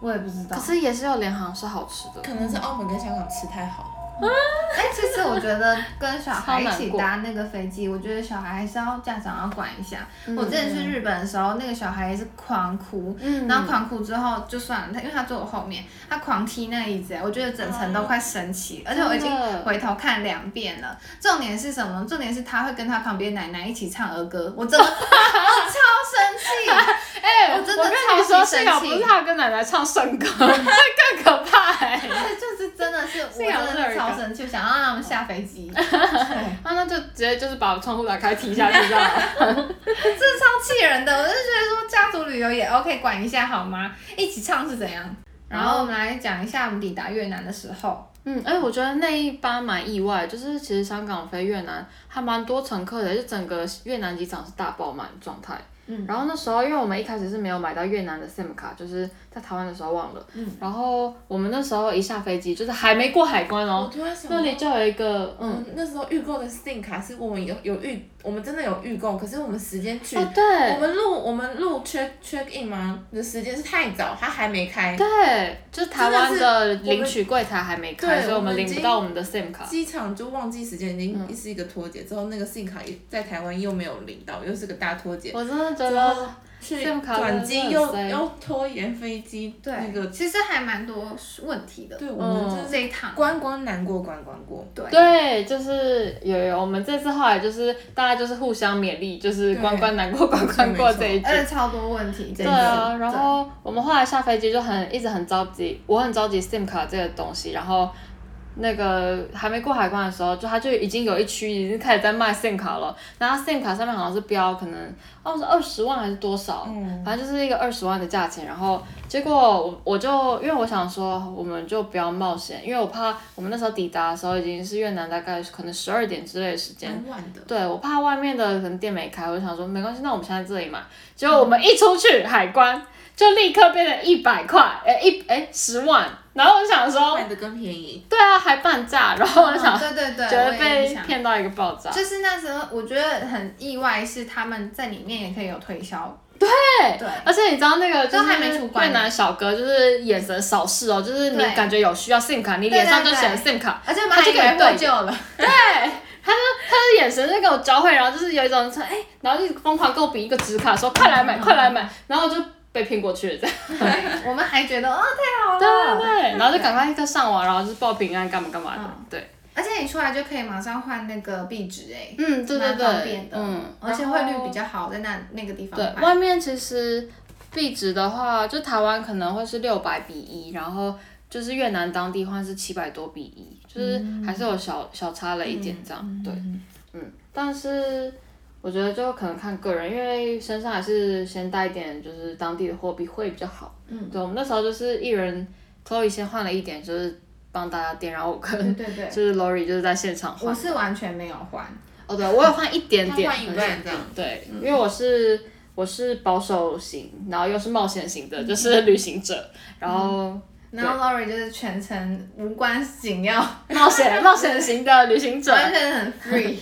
Speaker 1: 我也不知道
Speaker 3: 啊
Speaker 2: 可。是也是有联航是好吃的。
Speaker 3: 可能是澳门跟香港吃太好，
Speaker 1: 哎、其实我觉得跟小孩一
Speaker 2: 超难
Speaker 1: 起
Speaker 2: 过
Speaker 1: 搭那个飞机，我觉得小孩还是要家长要管一下。我之前去日本的时候，那个小孩也是狂哭，
Speaker 2: 嗯
Speaker 1: 然后狂哭之后就算了，他因为他坐我后面，他狂踢那椅子，我觉得整层都快升起，而且我已经
Speaker 2: 啊真的
Speaker 1: 回头看两遍了。重点是什么？重点是他会跟他旁边奶奶一起唱儿歌，我 真的我超生气。
Speaker 2: 哎、
Speaker 1: 我真的
Speaker 2: 跟你
Speaker 1: 超
Speaker 2: 说，
Speaker 1: 级生
Speaker 2: 幸好不
Speaker 1: 气
Speaker 2: 是他跟奶奶唱圣 歌，那更可怕、哎。
Speaker 1: 就是真的是，我
Speaker 2: 幸好
Speaker 1: 真
Speaker 2: 是
Speaker 1: 的
Speaker 2: 儿
Speaker 1: 是超
Speaker 2: 歌
Speaker 1: 生气，我想让他们下飞机，真的
Speaker 3: 哎
Speaker 2: 啊，那就直接就是把窗户打开踢下去这样。
Speaker 1: 超气人的。我就觉得说家族旅游也 OK，管一下好吗？一起唱是怎样？然后我们来讲一下我们抵达越南的时候，
Speaker 2: 嗯，哎、我觉得那一班蛮意外，就是其实香港飞越南还蛮多乘客的，就整个越南机场是大爆满的状态。嗯，然后那时候因为我们一开始是没有买到越南的 SIM 卡，就是在台湾的时候忘了。嗯，然后我们那时候一下飞机，就是还没过海关
Speaker 3: 我
Speaker 2: 哦，
Speaker 3: 突然想到
Speaker 2: 那，里就有一个嗯，
Speaker 3: 嗯，那时候预购的 SIM 卡是我们有有预，我们真的有预购，可是我们时间去，
Speaker 2: 哦对
Speaker 3: 我们录我们录 check check in 吗？的时间是太早，它还没开。
Speaker 2: 对，就是台湾
Speaker 3: 真
Speaker 2: 的
Speaker 3: 的是我们
Speaker 2: 领取柜台还没开，
Speaker 3: 对
Speaker 2: 所以我
Speaker 3: 我
Speaker 2: 们
Speaker 3: 们
Speaker 2: 领
Speaker 3: 已
Speaker 2: 不
Speaker 3: 经
Speaker 2: 到我们的 SIM 卡。
Speaker 3: 机场就忘记时间，已
Speaker 2: 嗯
Speaker 3: 经是一个脱节。之后那个 SIM 卡也在台湾又没有领到，又是个大脱节。
Speaker 2: 我真的觉
Speaker 3: 之后
Speaker 2: 得
Speaker 3: 去
Speaker 2: SIM 啊卡真的
Speaker 3: 转
Speaker 2: 是
Speaker 3: 机
Speaker 2: 很
Speaker 3: 又
Speaker 2: 衰
Speaker 3: 又拖延飞机，
Speaker 1: 对，
Speaker 3: 那个
Speaker 1: 其实还蛮多问题的。
Speaker 3: 对我们
Speaker 2: 嗯
Speaker 3: 真
Speaker 1: 这
Speaker 3: 是
Speaker 1: 一趟，
Speaker 3: 关关难过关关过。
Speaker 1: 对
Speaker 2: 对，就是有有，我们这次后来就是大家就是互相勉励，就是
Speaker 3: 对
Speaker 2: 关关难过关
Speaker 3: 没错
Speaker 2: 关过
Speaker 3: 没错
Speaker 2: 这一句。
Speaker 1: 而且呃超多问题，真
Speaker 2: 对
Speaker 1: 的
Speaker 2: 啊，
Speaker 3: 对
Speaker 2: 然后我们后来下飞机就很一直很着急，我很着急 SIM 卡这个东西，然后。那个还没过海关的时候，就他就已经有一区已经开始在卖 SIM 卡了，然后 SIM 卡上面好像是标可能哦是二十万还是多少，
Speaker 3: 嗯
Speaker 2: 反正就是一个二十万的价钱。然后结果我我就因为我想说我们就不要冒险，因为我怕我们那时候抵达的时候已经是越南大概可能十二点之类的时
Speaker 1: 嗯
Speaker 2: 间，
Speaker 3: 蛮晚的。
Speaker 2: 对，我怕外面的可能店没开，我就想说没关系，那我们现在这里买。
Speaker 1: 嗯
Speaker 2: 结果我们一出去海关，就立刻变成一百块，哎、一哎十、10万。然后我就想说，
Speaker 3: 卖的更便宜，
Speaker 2: 对啊，还半价。然后我就想，
Speaker 1: 嗯对对对，
Speaker 2: 觉得
Speaker 1: 我也
Speaker 2: 被
Speaker 1: 想
Speaker 2: 骗到一个爆炸。
Speaker 1: 就是那时候，我觉得很意外，是他们在里面也可以有推销，
Speaker 2: 对
Speaker 1: 对
Speaker 2: 而且你知道那个就
Speaker 1: 都还没
Speaker 2: 是
Speaker 1: 出关
Speaker 2: 越南小哥，就是眼神扫视哦，就是你
Speaker 1: 对
Speaker 2: 感觉有需要 SIM 卡，你脸上就写了
Speaker 1: 对
Speaker 2: SIM 卡，
Speaker 1: 而且
Speaker 2: 他
Speaker 1: 买
Speaker 2: 就
Speaker 1: 一
Speaker 2: 给你
Speaker 1: 个
Speaker 2: 对
Speaker 1: 获救了，
Speaker 2: 他就他的眼神就跟我交汇，然后就是有一种说哎、然后就疯狂跟我比一个纸卡，说快来
Speaker 1: 嗯
Speaker 2: 买，快来买，然后就被骗过去了这样。
Speaker 1: 我们还觉得哦太好
Speaker 2: 对对
Speaker 1: 了，
Speaker 2: 对，然后就赶快一个上网，然后就是报平安干嘛干嘛的，
Speaker 1: 嗯
Speaker 2: 对，
Speaker 1: 而且你出来就可以马上换那个壁纸哎，
Speaker 2: 嗯，对对
Speaker 1: 蛮方便
Speaker 2: 对，
Speaker 1: 的，
Speaker 2: 嗯，
Speaker 1: 而且
Speaker 2: 然
Speaker 1: 汇
Speaker 2: 后
Speaker 1: 率比较好，在那那个地方
Speaker 2: 对，
Speaker 1: 买，
Speaker 2: 外面其实币值的话，就台湾可能会是六百比一，然后就是越南当地换是七百多比一，就是还是有小、小差了一点这样，对，嗯，但是。我觉得就可能看个人，因为身上还是先带一点，就是当地的货币会比较好。嗯，对，我们那时候就是一人 Chloe 先换了一点，就是帮大家垫，然后我跟
Speaker 1: 对对对，
Speaker 2: 就是 Lori 就是在现场
Speaker 1: 我
Speaker 2: 换。
Speaker 1: 是完全没有换，
Speaker 2: 哦，对，我有换一点点，
Speaker 3: 他换一半这样嗯
Speaker 2: 对，因为我是我是保守型，然后又是冒险型的，
Speaker 3: 嗯
Speaker 2: 就是旅行者，然后
Speaker 1: 然后 Lori 就是全程无关紧要，
Speaker 2: 冒险冒险型的旅行者，
Speaker 1: 完全很 free。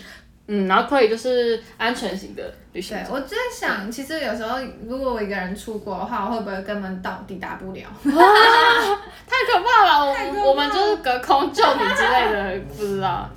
Speaker 2: 嗯，然后 Chloe 就是安全型的旅行
Speaker 1: 对
Speaker 2: 者。
Speaker 1: 我就在想，其实有时候如果我一个人出国的话，我会不会根本到抵达不了？
Speaker 2: 太可怕了，我们我们就是隔空救你之类的，不知道。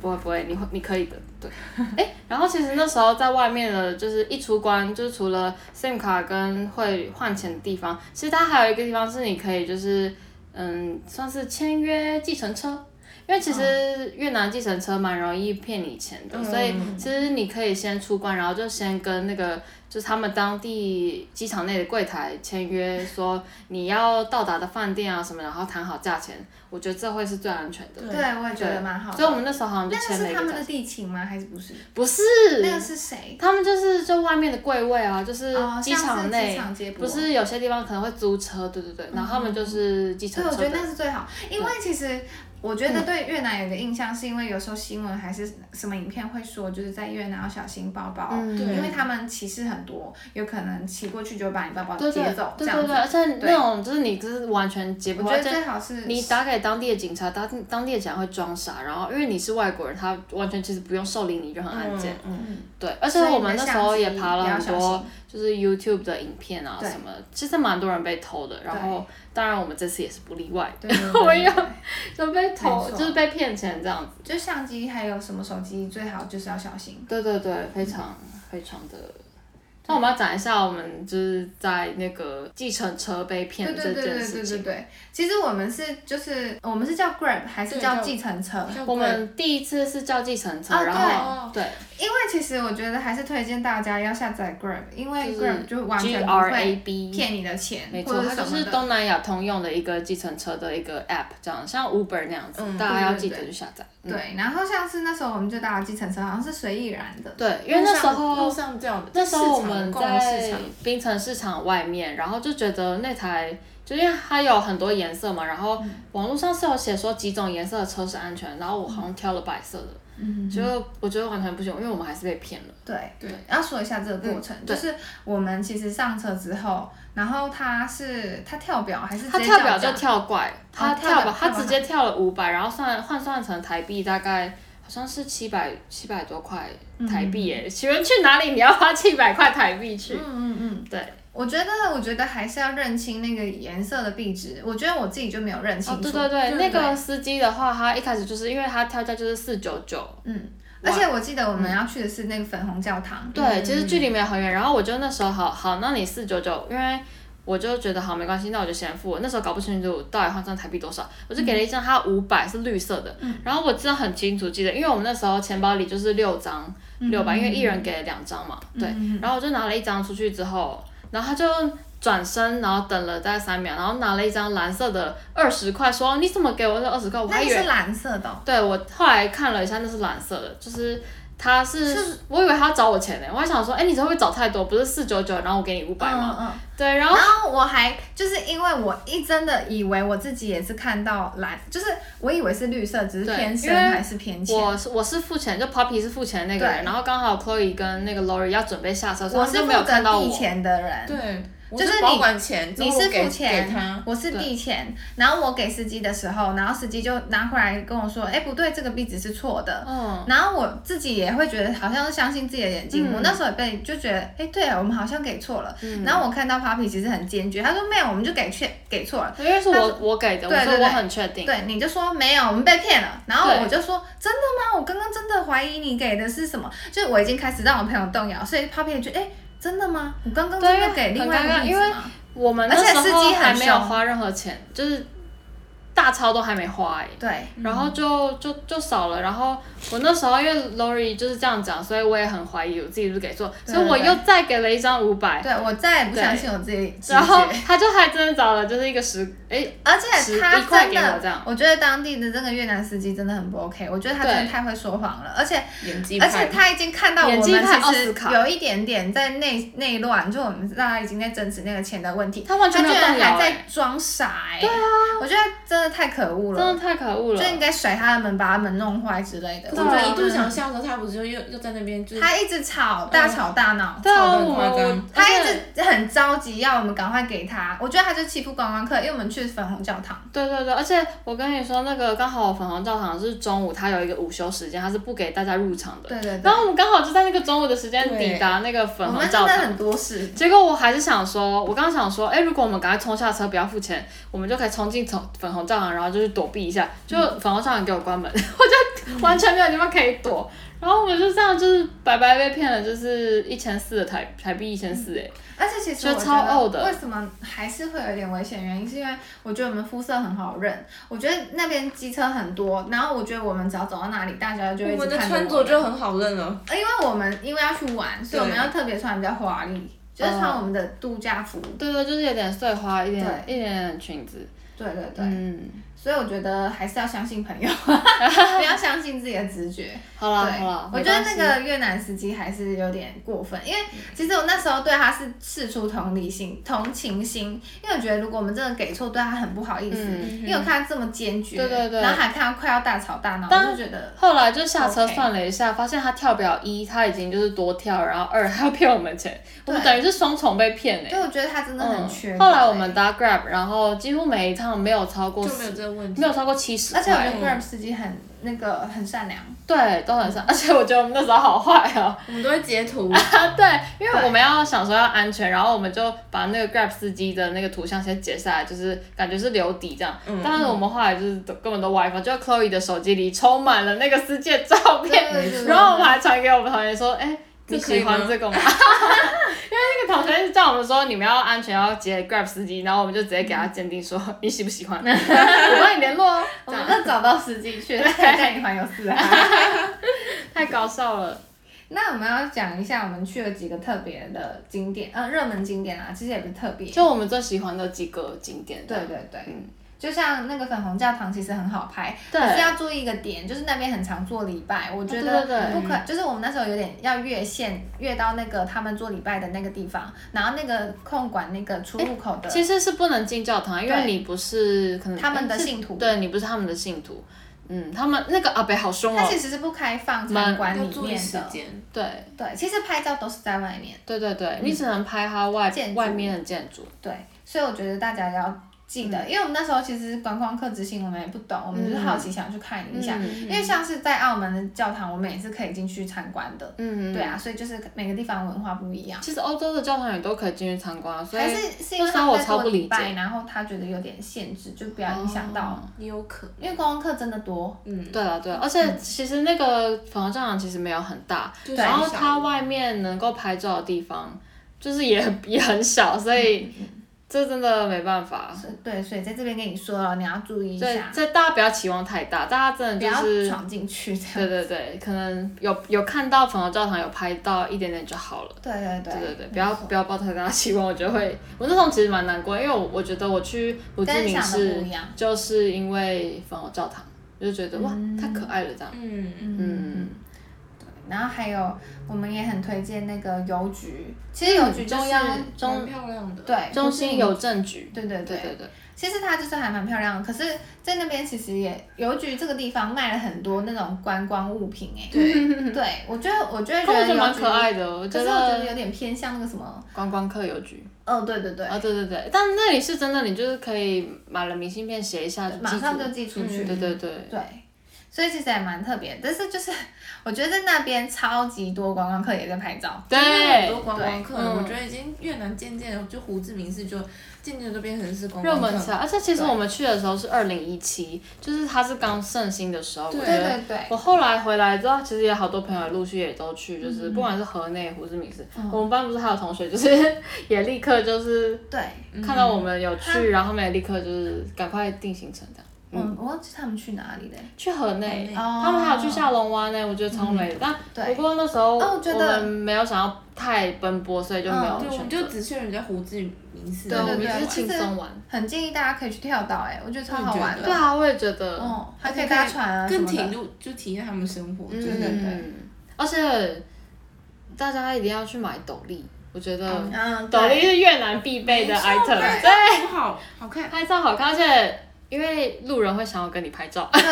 Speaker 2: 不会不会，你会你可以的， 对。哎，然后其实那时候在外面的，就是一出关，就是除了 SIM 卡跟会换钱的地方，其实它还有一个地方是你可以就是嗯，算是签约计程车。因为其实越南计程车蛮容易骗你钱的，所以其实你可以先出关，然后就先跟那个就是他们当地机场内的柜台签 约，说你要到达的饭店啊什么，然后谈好价钱。我觉得这会是最安全的。
Speaker 1: 对，我也觉得蛮好的。
Speaker 2: 所以我们那时候好像就
Speaker 1: 那个
Speaker 2: 签了
Speaker 1: 是
Speaker 2: 一
Speaker 1: 他
Speaker 2: 个
Speaker 1: 们
Speaker 2: 价
Speaker 1: 的
Speaker 2: 钱，
Speaker 1: 地勤吗？还是不是？
Speaker 2: 不是，
Speaker 1: 那个是谁？
Speaker 2: 他们就是就外面的柜位啊，就是
Speaker 1: 哦像是
Speaker 2: 机场
Speaker 1: 机
Speaker 2: 内
Speaker 1: 场接，驳
Speaker 2: 不是有些地方可能会租车，对对对，然后他们就是计程
Speaker 1: 对，我
Speaker 2: 车
Speaker 1: 觉得
Speaker 2: 的。嗯
Speaker 1: 那是最好，因为其实我觉得对越南有个印象，是因为有时候新闻还是什么影片会说，就是在越南要小心包包，
Speaker 2: 嗯
Speaker 3: 对
Speaker 1: 因为他们歧视很很多，有可能骑过去就会把你包包
Speaker 2: 对对
Speaker 1: 接走，
Speaker 2: 对
Speaker 1: 这样
Speaker 2: 对
Speaker 1: 子
Speaker 2: 对，。而且
Speaker 1: 对
Speaker 2: 那种就是你就是完全解不
Speaker 1: 我
Speaker 2: 开，
Speaker 1: 觉得
Speaker 2: 而且
Speaker 1: 最好是
Speaker 2: 你打给当地的警察，当当地的警察会装傻，然后因为你是外国人，他完全其实不用受理你任何案件。
Speaker 1: 嗯，
Speaker 2: 对，而且
Speaker 1: 所以
Speaker 2: 我
Speaker 1: 你
Speaker 2: 们
Speaker 1: 的
Speaker 2: 那时
Speaker 1: 相
Speaker 2: 候
Speaker 1: 机
Speaker 2: 也爬了
Speaker 1: 也要
Speaker 2: 很
Speaker 1: 小
Speaker 2: 多
Speaker 1: 心
Speaker 2: 就是 YouTube 的影片啊
Speaker 1: 对
Speaker 2: 什么，其实蛮多人被偷的。然
Speaker 1: 对
Speaker 2: 后当然我们这次也是不 例外，
Speaker 1: 对对
Speaker 2: 我
Speaker 1: 对
Speaker 2: 要
Speaker 1: 对
Speaker 2: 就被偷
Speaker 1: 没错
Speaker 2: 就是被骗钱这样子。
Speaker 1: 就相机还有什么手机最好就是要小心。
Speaker 2: 对对对，非常非常的。那我们要讲一下我们就是在那个计程车被骗
Speaker 1: 对
Speaker 2: 这
Speaker 1: 对对
Speaker 2: 件
Speaker 1: 对
Speaker 2: 事
Speaker 1: 对对
Speaker 2: 情。
Speaker 1: 对，其实我们是就是我们是叫 Grab 还是
Speaker 3: 对
Speaker 1: 叫
Speaker 3: 叫
Speaker 1: 计程
Speaker 3: 嗯
Speaker 1: 车？
Speaker 2: 我们第一次是叫计程车，
Speaker 1: 啊
Speaker 2: 然后对
Speaker 1: 因为其实我觉得还是推荐大家要下载 Grab，因为
Speaker 2: 就是
Speaker 1: Grab 就完全
Speaker 2: G
Speaker 1: 不
Speaker 2: R
Speaker 1: 会
Speaker 2: A B
Speaker 1: 骗你的钱
Speaker 2: 没
Speaker 1: 或
Speaker 2: 错，
Speaker 1: 者
Speaker 2: 它
Speaker 1: 什
Speaker 2: 就
Speaker 1: 么
Speaker 2: 是
Speaker 1: 的。
Speaker 2: 东南亚通用的一个计程车的一个 app，这样像 Uber 那样子，
Speaker 3: 嗯
Speaker 2: 大家要记
Speaker 1: 对
Speaker 2: 得
Speaker 1: 对
Speaker 2: 去下载。嗯
Speaker 1: 对，然后像是那时候我们就搭了计程车，好像是随意然的。
Speaker 2: 对，因为那时
Speaker 3: 路
Speaker 2: 候
Speaker 3: 上这样，
Speaker 2: 那时候我们
Speaker 3: 市场逛市
Speaker 2: 在
Speaker 3: 场
Speaker 2: 冰城市场外面，然后就觉得那台。就因为它有很多颜色嘛，然后
Speaker 3: 嗯
Speaker 2: 网络上是有写说几种颜色的车是安全，然后我好像挑了白色的，
Speaker 1: 嗯，
Speaker 2: 就我觉得完全不行，因为我们还是被骗了。
Speaker 1: 对
Speaker 3: 对，
Speaker 1: 要说一下这个过程，
Speaker 2: 嗯
Speaker 1: 就
Speaker 2: 对
Speaker 1: 是我们其实上车之后，然后他是他跳表还是
Speaker 2: 他
Speaker 1: 直接
Speaker 2: 跳表
Speaker 1: 叫
Speaker 2: 就跳怪，
Speaker 3: 哦
Speaker 1: 跳
Speaker 2: 他
Speaker 1: 表
Speaker 2: 跳表他
Speaker 1: 跳表
Speaker 2: 直接跳了五百，然后算换算成台币大概好像是七百七百多块台
Speaker 3: 嗯
Speaker 2: 币耶。请问去哪里你要花七百块台币去？
Speaker 1: 嗯嗯嗯，
Speaker 2: 对。
Speaker 1: 我觉得，我觉得还是要认清那个颜色的壁纸。我觉得我自己就没有认清
Speaker 2: 哦，
Speaker 1: 楚。
Speaker 2: 对对对，
Speaker 1: 对
Speaker 2: 那个司机的话，他一开始就是因为他跳价就是四九九，
Speaker 1: 嗯，而且我记得我们要去的是那个粉红教堂。
Speaker 2: 嗯对，其实距离没有很远。然后我就那时候好好，那你四九九，因为我就觉得好没关系，那我就先付。那时候搞不清楚到底换算台币多少，我就给了一
Speaker 1: 嗯
Speaker 2: 张它五百是绿色的，然后我真的很清楚记得，因为我们那时候钱包里就是六张
Speaker 1: 嗯
Speaker 2: 六百，因为一人给了两张嘛，对。然后我就拿了一张出去之后，然后他就。转身，然后等了大概三秒，然后拿了一张蓝色的二十块，说你怎么给我这二十块？我
Speaker 1: 那
Speaker 2: 还
Speaker 1: 个
Speaker 2: 以为
Speaker 1: 是蓝色的哦、
Speaker 2: 对我后来看了一下，那是蓝色的，就是他是我以为他要找我钱呢、我还想说，哎、你怎么会找太多？不是四九九，然后我给你五百吗？
Speaker 1: 嗯
Speaker 2: 对，然
Speaker 1: 嗯。
Speaker 2: 后
Speaker 1: 然后我还就是因为我一真的以为我自己也是看到蓝，就是我以为是绿色，只是
Speaker 2: 对
Speaker 1: 偏深
Speaker 2: 因为
Speaker 1: 还是偏浅。
Speaker 2: 我是我是付钱，就 Poppy 是付钱的那个人，
Speaker 1: 对
Speaker 2: 然后刚好 Chloe 跟那个 Lori 要准备下车，所以
Speaker 1: 我
Speaker 2: 他
Speaker 1: 是
Speaker 2: 们就没
Speaker 1: 负
Speaker 2: 有看到
Speaker 1: 责
Speaker 2: 我
Speaker 1: 递。钱的人。
Speaker 3: 对，我
Speaker 1: 就是
Speaker 3: 保
Speaker 1: 你
Speaker 3: 管钱，之
Speaker 1: 你
Speaker 3: 后
Speaker 1: 是
Speaker 3: 给
Speaker 1: 付钱
Speaker 3: 给他，
Speaker 1: 我是
Speaker 2: 对
Speaker 1: 递钱，然后我给司机的时候，然后司机就拿回来跟我说，哎，不对，这个壁纸是错的。
Speaker 2: 嗯，
Speaker 1: 然后我自己也会觉得好像是相信自己的眼睛，
Speaker 2: 嗯
Speaker 1: 我那时候也被就觉得，哎，对啊，我们好像给错了。然后我看到 Papi 其实很坚决，他说没有，我们就给确给错了。
Speaker 2: 因为是我我给的，我
Speaker 1: 对
Speaker 2: 说
Speaker 1: 对对
Speaker 2: 我很确定。
Speaker 1: 对，你就说没有，我们被骗了。然后
Speaker 2: 对
Speaker 1: 我就说真的吗？我刚刚真的怀疑你给的是什么，就是我已经开始让我朋友动摇，所以 Papi 也觉得，哎，真的吗？我刚刚
Speaker 2: 对
Speaker 1: 真的
Speaker 2: 因为
Speaker 1: 给另
Speaker 2: 很
Speaker 1: 外一
Speaker 2: 尴
Speaker 1: 个
Speaker 2: 尬
Speaker 1: 例
Speaker 2: 因
Speaker 1: 子
Speaker 2: 为
Speaker 1: 吗？
Speaker 2: 我们
Speaker 1: 而
Speaker 2: 那
Speaker 1: 且
Speaker 2: 时
Speaker 1: 司
Speaker 2: 候
Speaker 1: 机很
Speaker 2: 还没有
Speaker 1: 凶
Speaker 2: 花任何钱，就是大钞都还没花哎、
Speaker 1: 对。
Speaker 2: 然后就就就少了，然后我那时候因为 Lori 就是这样讲，所以我也很怀疑我自己是不是给错，
Speaker 1: 对
Speaker 2: 所以我
Speaker 1: 对
Speaker 2: 又再给了一张五百，
Speaker 1: 对，我再也不
Speaker 2: 对
Speaker 1: 相信我自己直觉。
Speaker 2: 然后他就还真的找了就是一个十，哎，
Speaker 1: 而且
Speaker 2: 十
Speaker 1: 他
Speaker 2: 一块
Speaker 1: 真
Speaker 2: 给我这
Speaker 1: 的，
Speaker 2: 样，
Speaker 1: 我觉得当地的这个越南司机真的很不 OK，我觉得他真的
Speaker 2: 对
Speaker 1: 太会说谎了，而且
Speaker 3: 演技
Speaker 1: 而
Speaker 3: 派，
Speaker 1: 且他已经看到我们
Speaker 2: 演技派奥
Speaker 1: 其
Speaker 2: 斯
Speaker 1: 实
Speaker 2: 卡
Speaker 1: 有一点点在内内乱，就我们大家已经在争执那个钱的问题，
Speaker 2: 他完全
Speaker 1: 他
Speaker 2: 没
Speaker 1: 居
Speaker 2: 有
Speaker 1: 然
Speaker 2: 动摇
Speaker 1: 还在
Speaker 2: 哎，
Speaker 1: 装傻哎、对啊，我觉得真的太可恶
Speaker 2: 真
Speaker 1: 了，
Speaker 2: 的太可恶了
Speaker 1: 就。应该甩他的门，把他们弄坏之类的。
Speaker 3: 可
Speaker 1: 我觉
Speaker 3: 是我
Speaker 2: 对啊
Speaker 3: 们
Speaker 1: 得
Speaker 3: 一度想笑的时候，他不是就又又在那边就是
Speaker 1: 他一直吵，大吵大闹。
Speaker 2: 对啊，
Speaker 3: 吵得很
Speaker 2: 我
Speaker 3: 夸张
Speaker 2: 我
Speaker 1: 他
Speaker 2: 而且
Speaker 1: 一直很着急，要我们赶快给他。我觉得他就欺负观光客，因为我们去粉红教堂，
Speaker 2: 对对对，而且我跟你说，那个刚好粉红教堂是中午，它有一个午休时间，它是不给大家入场的。
Speaker 1: 对对对
Speaker 2: 然后我们刚好就在那个中午的时间
Speaker 3: 对
Speaker 2: 抵达那个粉
Speaker 1: 我
Speaker 2: 红
Speaker 1: 们真
Speaker 2: 教
Speaker 1: 的
Speaker 2: 堂，
Speaker 1: 很多事。
Speaker 2: 结果我还是想说，我刚刚想说，哎，如果我们赶快冲下车，不要付钱，我们就可以冲进粉粉红教堂，然后就去躲避一下。就粉红教堂给我关门， 我就完全没有地方可以躲。然后我们就这样，就是白白被骗了，就是一千四的台台币一千四，哎，
Speaker 1: 而且其实
Speaker 2: 觉
Speaker 1: 我
Speaker 2: 得超
Speaker 1: 觉得
Speaker 2: 呕的
Speaker 1: 为什么还是会有点危险？原因是因为我觉得我们肤色很好认，我觉得那边机车很多，然后我觉得我们只要走到哪里，大家就会一
Speaker 3: 我
Speaker 1: 直
Speaker 3: 们的
Speaker 1: 看着
Speaker 3: 穿着就很好认了，
Speaker 1: 呃因为我们因为要去玩，所以我们
Speaker 3: 对
Speaker 1: 要特别穿比较华丽，就是
Speaker 2: 嗯
Speaker 1: 穿我们的度假服。
Speaker 2: 对对，就是有点碎花，一点
Speaker 1: 对
Speaker 2: 一点裙子，
Speaker 1: 对对对，
Speaker 2: 嗯，
Speaker 1: 所以我觉得还是要相信朋 友，不要相信自己的直觉。
Speaker 2: 好啦好啦，
Speaker 1: 我
Speaker 2: 没
Speaker 1: 觉得
Speaker 2: 关
Speaker 1: 那
Speaker 2: 系嗯
Speaker 1: 个越南司机还是有点过分，因为其实我那时候对他是事出同理心、同情心，因为我觉得如果我们真的给错，对他很不好意思，
Speaker 2: 嗯
Speaker 1: 因为我看他这么坚决，
Speaker 2: 对对对
Speaker 1: 然后还看他快要大吵大闹，我就觉得
Speaker 2: 后来就下车
Speaker 1: OK
Speaker 2: 算了一下发现他跳表一，他已经就是多跳，然后二还要骗我们钱，我们等于是双重被骗哎、
Speaker 1: 对，我觉得他真的很缺、欸
Speaker 2: 嗯。后来我们，搭 Grab，然后几乎每一趟没有超过
Speaker 3: 就没有
Speaker 2: 十，
Speaker 3: 这个问题。
Speaker 2: 没有超过七十
Speaker 1: 而且我觉
Speaker 2: 块，嗯
Speaker 1: 得 Grab 司机很那个很善良，
Speaker 2: 对，都很上。而且我觉得我们那时候好坏哦，
Speaker 3: 我们都会截图，
Speaker 2: 啊，对，因为我们要想说要安全，然后我们就把那个 Grab 司机的那个图像先截下来，就是感觉是留底这样。
Speaker 3: 嗯
Speaker 2: 但是我们后来就是都根本都 WiFi，就 Chloe 的手机里充满了那个司机的照片，
Speaker 1: 对对对
Speaker 2: 然后我们还传给我们同学说，哎。你
Speaker 3: 你可以
Speaker 2: 喜欢
Speaker 3: 吗
Speaker 2: 这个吗？ 因为那个同学是叫我们说你们要安全，要截 Grab 司机，然后我们就直接给他鉴定说 你喜不喜欢，我帮你联络哦。
Speaker 1: 我们就找到司机去，他才带你环游四海。
Speaker 2: 太搞笑了，
Speaker 1: 那我们要讲一下，我们去了几个特别的景点，呃，热门景点啊，其实也不是特别，
Speaker 2: 就我们最喜欢的几个景点。
Speaker 1: 对对对，
Speaker 2: 嗯
Speaker 1: 就像那个粉红教堂其实很好拍，
Speaker 2: 对哦
Speaker 1: 可是要注意一个点，就是那边很常做礼拜，我觉
Speaker 2: 对对
Speaker 1: 得
Speaker 2: 对
Speaker 1: 不可，就是我们那时候有点要越线，越到那个他们做礼拜的那个地方，然后那个控管那个出入口的，
Speaker 2: 哎其实是不能进教堂，因为
Speaker 1: 对
Speaker 2: 你不是可能
Speaker 1: 他们的
Speaker 2: 是
Speaker 1: 信徒
Speaker 2: 对你不是他们的信徒。嗯，他们那个阿北好凶
Speaker 1: 它
Speaker 2: 哦。
Speaker 1: 其实是不开放
Speaker 2: 蛮
Speaker 1: 参观
Speaker 3: 要
Speaker 1: 里
Speaker 3: 注意
Speaker 1: 面
Speaker 3: 时
Speaker 1: 的，
Speaker 3: 间。
Speaker 2: 对
Speaker 1: 对，其实拍照都是在外面，
Speaker 2: 对对对，你只能拍它外
Speaker 1: 建筑
Speaker 2: 外面的嗯建筑。
Speaker 1: 对，所以我觉得大家要记得，
Speaker 2: 嗯
Speaker 1: 因为我们那时候其实观光客执行我们也不懂，我们就是好奇想去看一下，
Speaker 2: 嗯
Speaker 1: 因为像是在澳门的教堂，我们也是可以进去参观的，
Speaker 2: 嗯，
Speaker 1: 对啊，所以就是每个地方文化不一样。
Speaker 2: 其实欧洲的教堂也都可以进去参观啊，所以
Speaker 1: 还是是因
Speaker 2: 那
Speaker 1: 为
Speaker 2: 时
Speaker 1: 他
Speaker 2: 候我
Speaker 1: 们在
Speaker 2: 超
Speaker 1: 做
Speaker 2: 不
Speaker 1: 礼
Speaker 2: 理
Speaker 1: 拜，
Speaker 2: 解。哦
Speaker 1: 然后他觉得有点限制，就不要影响到，
Speaker 3: 也有可能，
Speaker 1: 因为观光客真的多，
Speaker 3: 嗯，
Speaker 2: 对啊了对了，而且其实那个粉红教堂其实没有很大，
Speaker 3: 就是
Speaker 2: 然后
Speaker 3: 小
Speaker 2: 它外面能够拍照的地方就是也也很小，所
Speaker 1: 嗯
Speaker 2: 以这真的没办法。
Speaker 1: 是对，所以在这边跟你说了，你要注意一
Speaker 2: 对
Speaker 1: 下，，
Speaker 2: 这大家不要期望太大，大家真
Speaker 1: 不
Speaker 2: 的就
Speaker 1: 要
Speaker 2: 是
Speaker 1: 闯进去这
Speaker 2: 对
Speaker 1: 样。
Speaker 2: 对对，可能有有看到粉红教堂有拍到一点点就好了。
Speaker 1: 对对
Speaker 2: 对
Speaker 1: 对
Speaker 2: 对对，不要不要抱太大的期望，我觉得会，我那时候其实蛮难过，因为我我觉得我去胡志
Speaker 1: 跟
Speaker 2: 明
Speaker 1: 想的
Speaker 2: 市
Speaker 1: 不一样。
Speaker 2: 就是因为粉红教堂，就觉得哇太可爱了这样。
Speaker 3: 嗯，
Speaker 2: 嗯，
Speaker 1: 然后还有，我们也很推荐那个邮局，其实邮局就是
Speaker 2: 中央
Speaker 3: 蛮
Speaker 2: 中
Speaker 3: 漂亮的，，
Speaker 1: 对
Speaker 2: 嗯中心
Speaker 1: 邮，
Speaker 2: 邮政局。
Speaker 1: 对对
Speaker 2: 对
Speaker 1: 对，
Speaker 2: 对对，
Speaker 1: 其实它就是还蛮漂亮的。可是，在那边其实也邮局这个地方卖了很多那种观光物品哎、
Speaker 3: 对，
Speaker 1: 对，我觉得我就会觉
Speaker 2: 可我觉
Speaker 1: 得
Speaker 2: 得
Speaker 1: 邮
Speaker 2: 蛮
Speaker 1: 局
Speaker 2: 可爱的，我
Speaker 1: 可是
Speaker 2: 觉
Speaker 1: 我觉得
Speaker 2: 得
Speaker 1: 有点偏向那个什么，
Speaker 2: 观光客邮局
Speaker 1: 哦，对对对，
Speaker 2: 啊，对对对，但那里是真的，你就是可以买了明信片写一下，
Speaker 1: 马上就
Speaker 2: 记住
Speaker 1: 寄出去。
Speaker 2: 对对对，
Speaker 1: 对，所以其实也蛮特别，但是就是我觉得在那边超级多观光客也在拍照，
Speaker 2: 对
Speaker 3: 很多观光客，
Speaker 2: 对嗯
Speaker 3: 我觉得已经越南渐渐的，就胡志明市就渐渐地都变成是观
Speaker 2: 热
Speaker 3: 光
Speaker 2: 门
Speaker 3: 客
Speaker 2: 起来，，而且其实
Speaker 3: 对
Speaker 2: 我们去的时候是二零一七，就是它是刚盛行的时候。
Speaker 3: 对
Speaker 2: 我觉
Speaker 1: 对
Speaker 2: 得
Speaker 1: 对对，
Speaker 2: 我后来回来之后，其实也好多朋友陆续也都去，就是
Speaker 1: 嗯
Speaker 2: 不管是河内、胡志明市，我们班不是还有同学，就是 也立刻就是
Speaker 1: 对，
Speaker 2: 看到我们有去，然后他们也立刻就是赶快定行程这样。
Speaker 1: 啊嗯，我忘记他们去哪里了。
Speaker 2: 去河内，啊
Speaker 1: 哦
Speaker 2: 他们还有去下龙湾呢，我觉得超美的。但
Speaker 1: 嗯对
Speaker 2: 不过那时候
Speaker 1: 哦我觉得
Speaker 2: 们没有想要太奔波，所以就没有
Speaker 1: 嗯
Speaker 3: 对，我
Speaker 2: 选
Speaker 3: 们
Speaker 2: 择
Speaker 3: 就。只去人家胡志明市
Speaker 2: 对，
Speaker 3: 玩，
Speaker 2: 我们
Speaker 1: 对
Speaker 2: 就
Speaker 1: 对
Speaker 2: 是
Speaker 1: 对
Speaker 2: 轻松玩。
Speaker 1: 很建议大家可以去跳岛，哎，我觉得超好玩
Speaker 3: 我也
Speaker 2: 对
Speaker 3: 觉
Speaker 1: 的。
Speaker 3: 得
Speaker 2: 啊，我也觉得。
Speaker 1: 哦，还可以搭船啊什
Speaker 3: 更
Speaker 1: 么
Speaker 3: 体
Speaker 1: 的。
Speaker 3: 入就体验他们生活，
Speaker 2: 嗯，
Speaker 3: 就是
Speaker 1: 对对
Speaker 2: 而且大家一定要去买斗笠，我觉得
Speaker 1: 嗯，
Speaker 2: 斗笠
Speaker 1: 对，
Speaker 2: 是越南必备的 item，对，
Speaker 3: 对，好好看。
Speaker 2: 拍照好看，而且因为路人会想要跟你拍照，
Speaker 1: 对，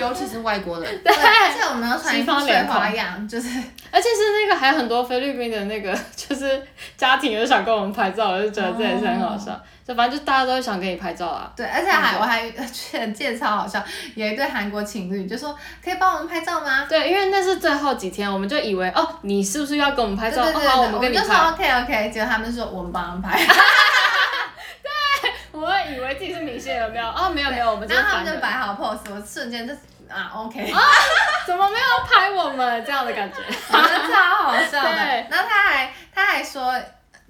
Speaker 3: 尤其是外国人，
Speaker 1: 对，而且我们要穿
Speaker 2: 西
Speaker 1: 一
Speaker 2: 方
Speaker 1: 副
Speaker 2: 脸
Speaker 1: 碎
Speaker 2: 孔
Speaker 1: 花样，就是
Speaker 2: 而且是那个还有很多菲律宾的那个 就是家庭就想跟我们拍照，我就觉得这也是很好笑，就反正就大家都会想跟你拍照啊。
Speaker 1: 对，而且还我还 觉得介绍好笑，有一对韩国情侣就说可以帮我们拍照吗？
Speaker 2: 对，因为那是最后几天，我们就以为哦，你是不是要跟我们拍
Speaker 1: 对
Speaker 2: 照？
Speaker 1: 对对
Speaker 2: 哦，
Speaker 1: 对，
Speaker 2: 好，
Speaker 1: 我
Speaker 2: 我们跟你
Speaker 1: 就说
Speaker 2: 拍。
Speaker 1: OK OK，结果他们说我们帮他们拍，
Speaker 2: 我们以为自己是明星，有没有？哦，没有没有，我们 就是
Speaker 1: 然后他
Speaker 2: 凡
Speaker 1: 们
Speaker 2: 人
Speaker 1: 就。摆好 pose，我瞬间就是啊 OK，
Speaker 2: 怎么没有拍我们这样的感觉？
Speaker 1: 我觉得超好笑的
Speaker 2: 对。
Speaker 1: 然后他还他还说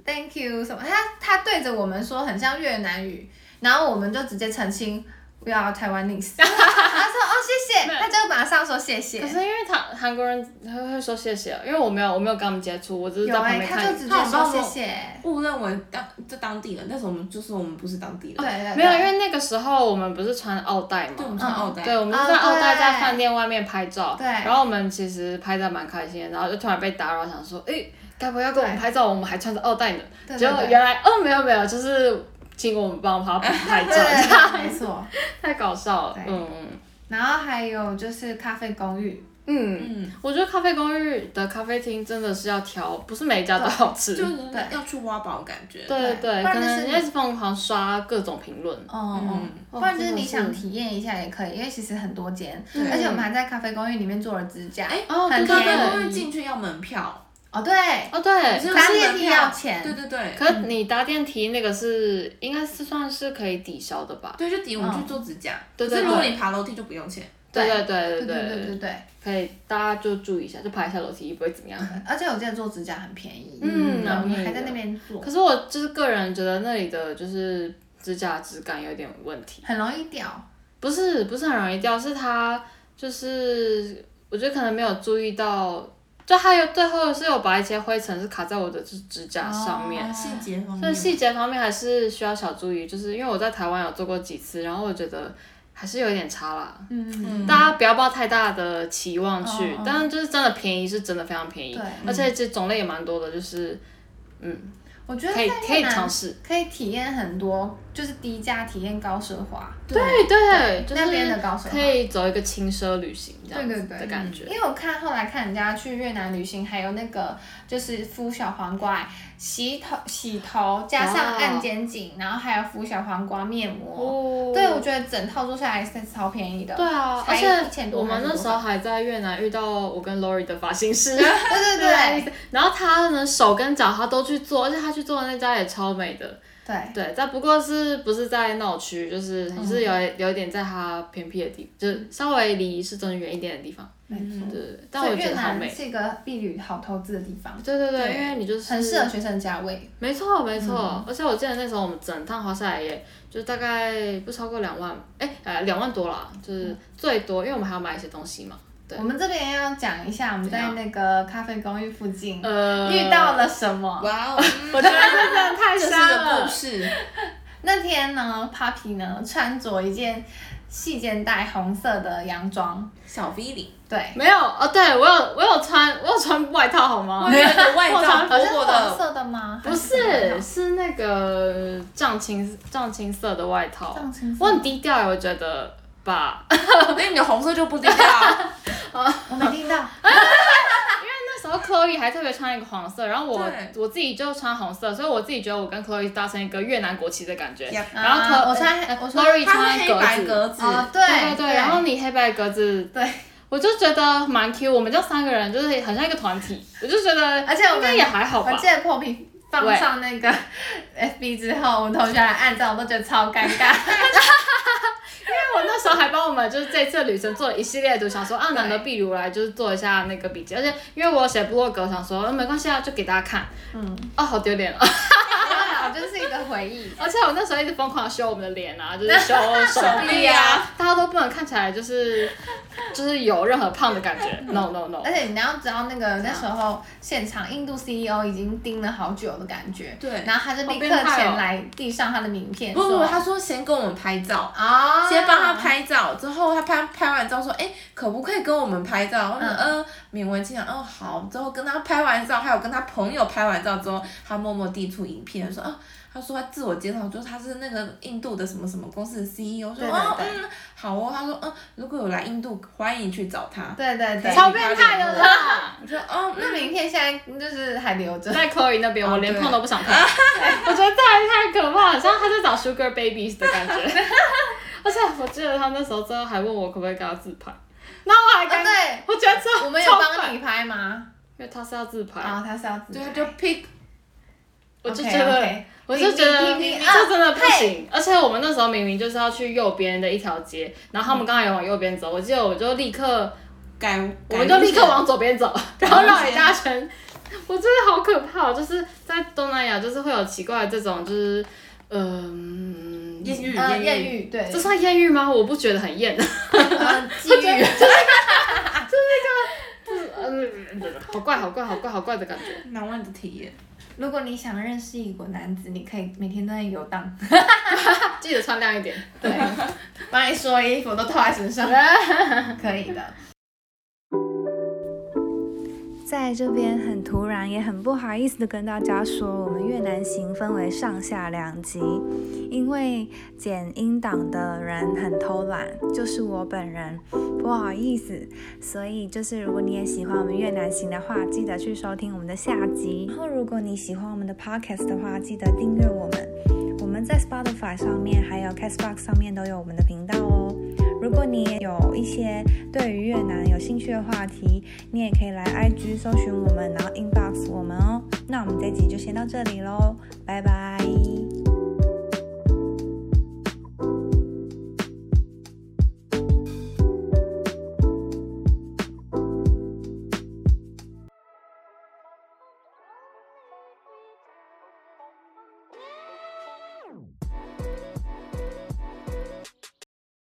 Speaker 1: Thank you 什么，他他对着我们说很像越南语，然后我们就直接澄清不要台湾 n e s 然后说哦谢谢，
Speaker 2: 没有
Speaker 1: 他就马上说谢谢
Speaker 2: 可。是因为他韩国人他会说谢谢，啊因为我没有我没有跟他们接触，我只是在
Speaker 1: 有
Speaker 2: 旁
Speaker 1: 哎、
Speaker 2: 边
Speaker 1: 他
Speaker 2: 看。
Speaker 1: 就直接
Speaker 3: 他有帮
Speaker 1: 说
Speaker 3: 我
Speaker 1: 谢谢。
Speaker 3: 误认为当这当地人，但是我们就是我们不是当地人，
Speaker 1: 对对对，
Speaker 2: 没有，因为那个时候我们不是穿奥黛
Speaker 3: 对，我
Speaker 2: 嘛
Speaker 3: 们，是澳大，
Speaker 2: 对，我们
Speaker 1: 哦
Speaker 2: 是在奥黛
Speaker 1: 对
Speaker 2: 在饭店外面拍照，
Speaker 1: 对
Speaker 2: 然后我们其实拍照蛮开心的，然后就突然被打扰，想说，诶，该不会要跟我们
Speaker 1: 对
Speaker 2: 拍照？我们还穿着奥黛呢，
Speaker 1: 对
Speaker 2: 结
Speaker 1: 对
Speaker 2: 果
Speaker 1: 对
Speaker 2: 原来哦没有没有，就是请我们帮他拍
Speaker 1: 对 对
Speaker 2: 照，
Speaker 1: 对，没错。
Speaker 2: 太搞笑了
Speaker 1: 对，
Speaker 2: 嗯嗯
Speaker 1: 然后还有就是咖啡公寓，
Speaker 2: 嗯。
Speaker 3: 嗯，
Speaker 2: 我觉得咖啡公寓的咖啡厅真的是要挑，不是每一家都好吃。
Speaker 3: 就
Speaker 2: 对
Speaker 3: 是
Speaker 1: 对
Speaker 3: 要去挖宝感觉，
Speaker 2: 对对，
Speaker 1: 不
Speaker 2: 可
Speaker 1: 然就是
Speaker 2: 能你一直疯狂刷各种评论。
Speaker 1: 哦、
Speaker 3: 嗯
Speaker 1: 哦，不然就是
Speaker 2: 真的
Speaker 1: 你
Speaker 2: 是
Speaker 1: 想体验一下也可以，因为其实很多间，
Speaker 3: 对
Speaker 1: 而且我们还在咖啡公寓里面做了指甲。
Speaker 3: 哎，
Speaker 2: 哦，
Speaker 1: 很
Speaker 2: 对
Speaker 3: 咖
Speaker 2: 对
Speaker 3: 啡
Speaker 2: 对，
Speaker 3: 公寓进去要门票，
Speaker 1: 哦，对，
Speaker 2: 哦对，
Speaker 3: 只有
Speaker 1: 搭
Speaker 3: 是
Speaker 1: 电
Speaker 3: 门
Speaker 1: 梯
Speaker 3: 票
Speaker 1: 要钱
Speaker 3: 对对对，
Speaker 2: 可
Speaker 1: 嗯
Speaker 2: 是你搭电梯那个是应该是算是可以抵消的吧？
Speaker 3: 对，就抵我们
Speaker 1: 嗯
Speaker 3: 去做指甲，
Speaker 2: 对
Speaker 3: 可
Speaker 2: 对
Speaker 3: 是如果
Speaker 2: 对
Speaker 3: 你爬楼梯就不用钱，
Speaker 2: 对
Speaker 1: 对
Speaker 2: 对对
Speaker 1: 对对
Speaker 2: 对
Speaker 1: 对对对。
Speaker 2: 可以，大家就注意一下，就爬一下楼梯不会怎么样。
Speaker 1: 而且我记得做指甲很便宜，
Speaker 2: 嗯
Speaker 1: 然后我
Speaker 2: 蛮便
Speaker 1: 们
Speaker 2: 宜的
Speaker 1: 还在那边做
Speaker 2: 可，是我就是个人觉得那里的就是指甲质感有点问题。
Speaker 1: 很容易掉。
Speaker 2: 不是不是很容易掉，是它就是我觉得可能没有注意到，就还有最后是有把一些灰尘是卡在我的指指甲上面，
Speaker 1: 哦
Speaker 3: 细节方
Speaker 2: 所以
Speaker 3: 面，
Speaker 2: 细节方面还是需要小注意。就是因为我在台湾有做过几次，然后我觉得还是有点差啦。
Speaker 1: 嗯，
Speaker 3: 嗯
Speaker 2: 大家不要抱太大的期望去，
Speaker 1: 哦哦
Speaker 2: 但是就是真的便宜是真的非常便宜
Speaker 1: 对，
Speaker 2: 而且这种类也蛮多的，就是嗯，
Speaker 1: 我觉得
Speaker 2: 可以
Speaker 1: 在
Speaker 2: 可以
Speaker 1: 越南
Speaker 2: 尝试。
Speaker 1: 可以体验很多，就是低价体验高奢华。
Speaker 2: 对对，就
Speaker 1: 那边的
Speaker 2: 是
Speaker 1: 高奢
Speaker 2: 可
Speaker 1: 华。
Speaker 2: 以走一个轻奢旅行这样
Speaker 1: 对
Speaker 2: 子
Speaker 1: 对对
Speaker 2: 的感觉。
Speaker 1: 因为我看后来看人家去越南旅行，还有那个就是敷小黄瓜，洗头洗头加上
Speaker 2: 哇
Speaker 1: 按肩颈，然后还有敷小黄瓜面膜。
Speaker 2: 哦
Speaker 1: 对，我觉得整套做下来是超便宜的。
Speaker 2: 对啊，
Speaker 1: 才1000
Speaker 2: 而且
Speaker 1: 多
Speaker 2: 我们
Speaker 1: 还是
Speaker 2: 那
Speaker 1: 多
Speaker 2: 时候还在越南遇到我跟 Lori 的发型师，
Speaker 1: 对对
Speaker 2: 啊
Speaker 1: 对
Speaker 2: 然后他呢手跟脚他都去做，而且他去做的那家也超美的，
Speaker 1: 对，
Speaker 2: 对，但不过是不是在闹区，就是
Speaker 1: 嗯
Speaker 2: 就是有有一点在它偏僻的地，就是稍微离市中心远一点的地方，
Speaker 1: 没错。
Speaker 2: 嗯对对，对但
Speaker 1: 所
Speaker 2: 我
Speaker 1: 以
Speaker 2: 觉
Speaker 1: 越
Speaker 2: 得好
Speaker 1: 南
Speaker 2: 美，
Speaker 1: 是一个避旅好投资的地方，
Speaker 2: 对对对，
Speaker 3: 对
Speaker 2: 因为你就是
Speaker 1: 很适合学嗯生价位。
Speaker 2: 没错没错，而且我记得那时候我们整趟滑下来也就大概不超过两万，哎呃两万多啦，
Speaker 1: 嗯
Speaker 2: 就是最多，因为我们还要买一些东西嘛，对
Speaker 1: 我们这边要讲一下，我们在那个咖啡公寓附近
Speaker 2: 呃
Speaker 1: 遇到了什么。
Speaker 3: 哇哦，嗯
Speaker 2: 我觉得这呃真的太
Speaker 3: 这是
Speaker 2: 瞎
Speaker 3: 个故
Speaker 2: 了。
Speaker 3: 事，
Speaker 1: 那天呢，Papi 呢穿着一件细肩带红色的洋装，
Speaker 3: 小 V 领，
Speaker 1: 对，
Speaker 2: 没有哦，对我有我有穿我有穿外套好吗？
Speaker 3: 有一个外
Speaker 2: 我
Speaker 3: 罩
Speaker 2: 常
Speaker 3: 薄
Speaker 1: 好像是
Speaker 3: 薄
Speaker 1: 黄
Speaker 3: 的，
Speaker 1: 色的吗？
Speaker 2: 不是，是那个藏青藏青色的外套
Speaker 1: 藏青，色
Speaker 2: 我很低调欸耶，我觉得吧。
Speaker 3: 那你的红色就不低调，
Speaker 1: 我没听到。
Speaker 2: 那时候 Chloe 还特别穿一个黄色，然后我
Speaker 3: 对
Speaker 2: 我自己就穿红色，所以我自己觉得我跟 Chloe 搭成一个越南国旗的感觉。
Speaker 3: Yep
Speaker 2: 然后 Chloe
Speaker 1: 啊我穿我穿
Speaker 2: Lori
Speaker 3: 它
Speaker 2: 穿
Speaker 3: 是黑白
Speaker 2: 格子，
Speaker 3: 格子，
Speaker 1: 哦，对
Speaker 2: 对对对，然后你黑白格子，
Speaker 1: 对，
Speaker 2: 我就觉得蛮 Q，我们这三个人就是很像一个团体，我就觉得
Speaker 1: 而且我
Speaker 2: 应该
Speaker 1: 们
Speaker 2: 也还好
Speaker 1: 我
Speaker 2: 吧
Speaker 1: 记。得破皮放
Speaker 2: 喂
Speaker 1: 上那个 FB 之后，我们同学来按照，我都觉得超尴 尬。
Speaker 2: 因为我那时候还帮我们就是这次旅程做了一系列的，想说啊，难得壁如来就是做一下那个笔记，而且因为我有写部落格，想说、嗯没关系啊，就给大家看。
Speaker 1: 嗯，
Speaker 2: 哦，好丢脸啊！
Speaker 1: 我就是一个回忆。
Speaker 2: 而且我那时候一直疯狂地修我们的脸啊，就是修手臂
Speaker 3: 臂啊
Speaker 2: 啊，大家都不能看起来就是就是有任何胖的感觉。No No No！
Speaker 1: 而且你要知道，那个那时候现场印度 CEO 已经盯了好久的感觉，
Speaker 3: 对
Speaker 1: 然后他就立刻
Speaker 2: 好变态哦
Speaker 1: 前来递上他的名片，
Speaker 3: 不不不，
Speaker 1: 说
Speaker 3: 他说先跟我们拍照。
Speaker 1: 啊，
Speaker 3: 先帮他，拍照，之后他拍拍完照说，哎、可不可以跟我们拍照？我说，
Speaker 1: 嗯
Speaker 3: 嗯，勉为其难，哦，好。之后跟他拍完照，还有跟他朋友拍完照之后，他默默递出影片，说，啊、他说他自我介绍，就是他是那个印度的什么什么公司的 CEO，说，
Speaker 1: 对对
Speaker 3: 哦，
Speaker 1: 对
Speaker 3: 嗯，好哦。他说，嗯，如果有来印度，欢迎去找他。
Speaker 1: 对对对，
Speaker 2: 超变态的啦！
Speaker 3: 我说，哦，
Speaker 1: 那名片现在就是还留着，
Speaker 2: 在 Chloe 那边，
Speaker 3: 哦
Speaker 2: 我连
Speaker 3: 对
Speaker 2: 碰都不想碰， 我觉得太太可怕了，像他在找 Sugar Babies 的感觉。 而且我记得他那时候最后还问我可不可以跟他自拍，那我还
Speaker 1: 啊
Speaker 2: 敢，
Speaker 1: 对，
Speaker 2: 我觉得超
Speaker 1: 我们有
Speaker 2: 超
Speaker 1: 帮
Speaker 2: 烦
Speaker 1: 你拍吗？
Speaker 2: 因为他是要自拍，
Speaker 1: 啊，他是要自
Speaker 3: 对，
Speaker 1: 拍
Speaker 3: 他就 pick，
Speaker 2: 我就
Speaker 1: OK，
Speaker 2: 觉得
Speaker 1: OK
Speaker 2: 我就觉得
Speaker 1: 你你你啊你
Speaker 2: 这真的不行。而且我们那时候明明就是要去右边的一条街，然
Speaker 1: 嗯
Speaker 2: 后他们刚好也往右边走，我记得我就立刻，
Speaker 3: 改，
Speaker 2: 我
Speaker 3: 改
Speaker 2: 们就立刻
Speaker 3: 路线
Speaker 2: 往左边走，然后绕一大圈。我真的好可怕、哦，就是在东南亚，就是会有奇怪的这种，就是嗯、艳遇，
Speaker 1: 呃，
Speaker 2: 艳
Speaker 1: 艳
Speaker 2: 遇，
Speaker 1: 遇，对，
Speaker 2: 呃这算艳遇吗？我不觉得很艳，
Speaker 1: 呃，机遇，
Speaker 2: 嗯，好怪，好怪，好怪，好怪的感觉。
Speaker 3: 难忘的体验。
Speaker 1: 如果你想认识一国男子，你可以每天都在游 荡，
Speaker 2: 记得穿亮一点。
Speaker 1: 对，帮你说衣服都套在身 上，可以的。
Speaker 4: 在这边很突然，也很不好意思的跟大家说，我们越南行分为上下两集，因为剪音档的人很偷懒，就是我本人，不好意思，所以就是如果你也喜欢我们越南行的话，记得去收听我们的下集。然后如果你喜欢我们的 podcast 的话，记得订阅我们，我们在 Spotify 上面还有 Castbox 上面都有我们的频道哦。如果你也有一些对于越南有兴趣的话题，你也可以来 IG 搜寻我们，然后 inbox 我们哦。那我们这集就先到这里喽，拜拜。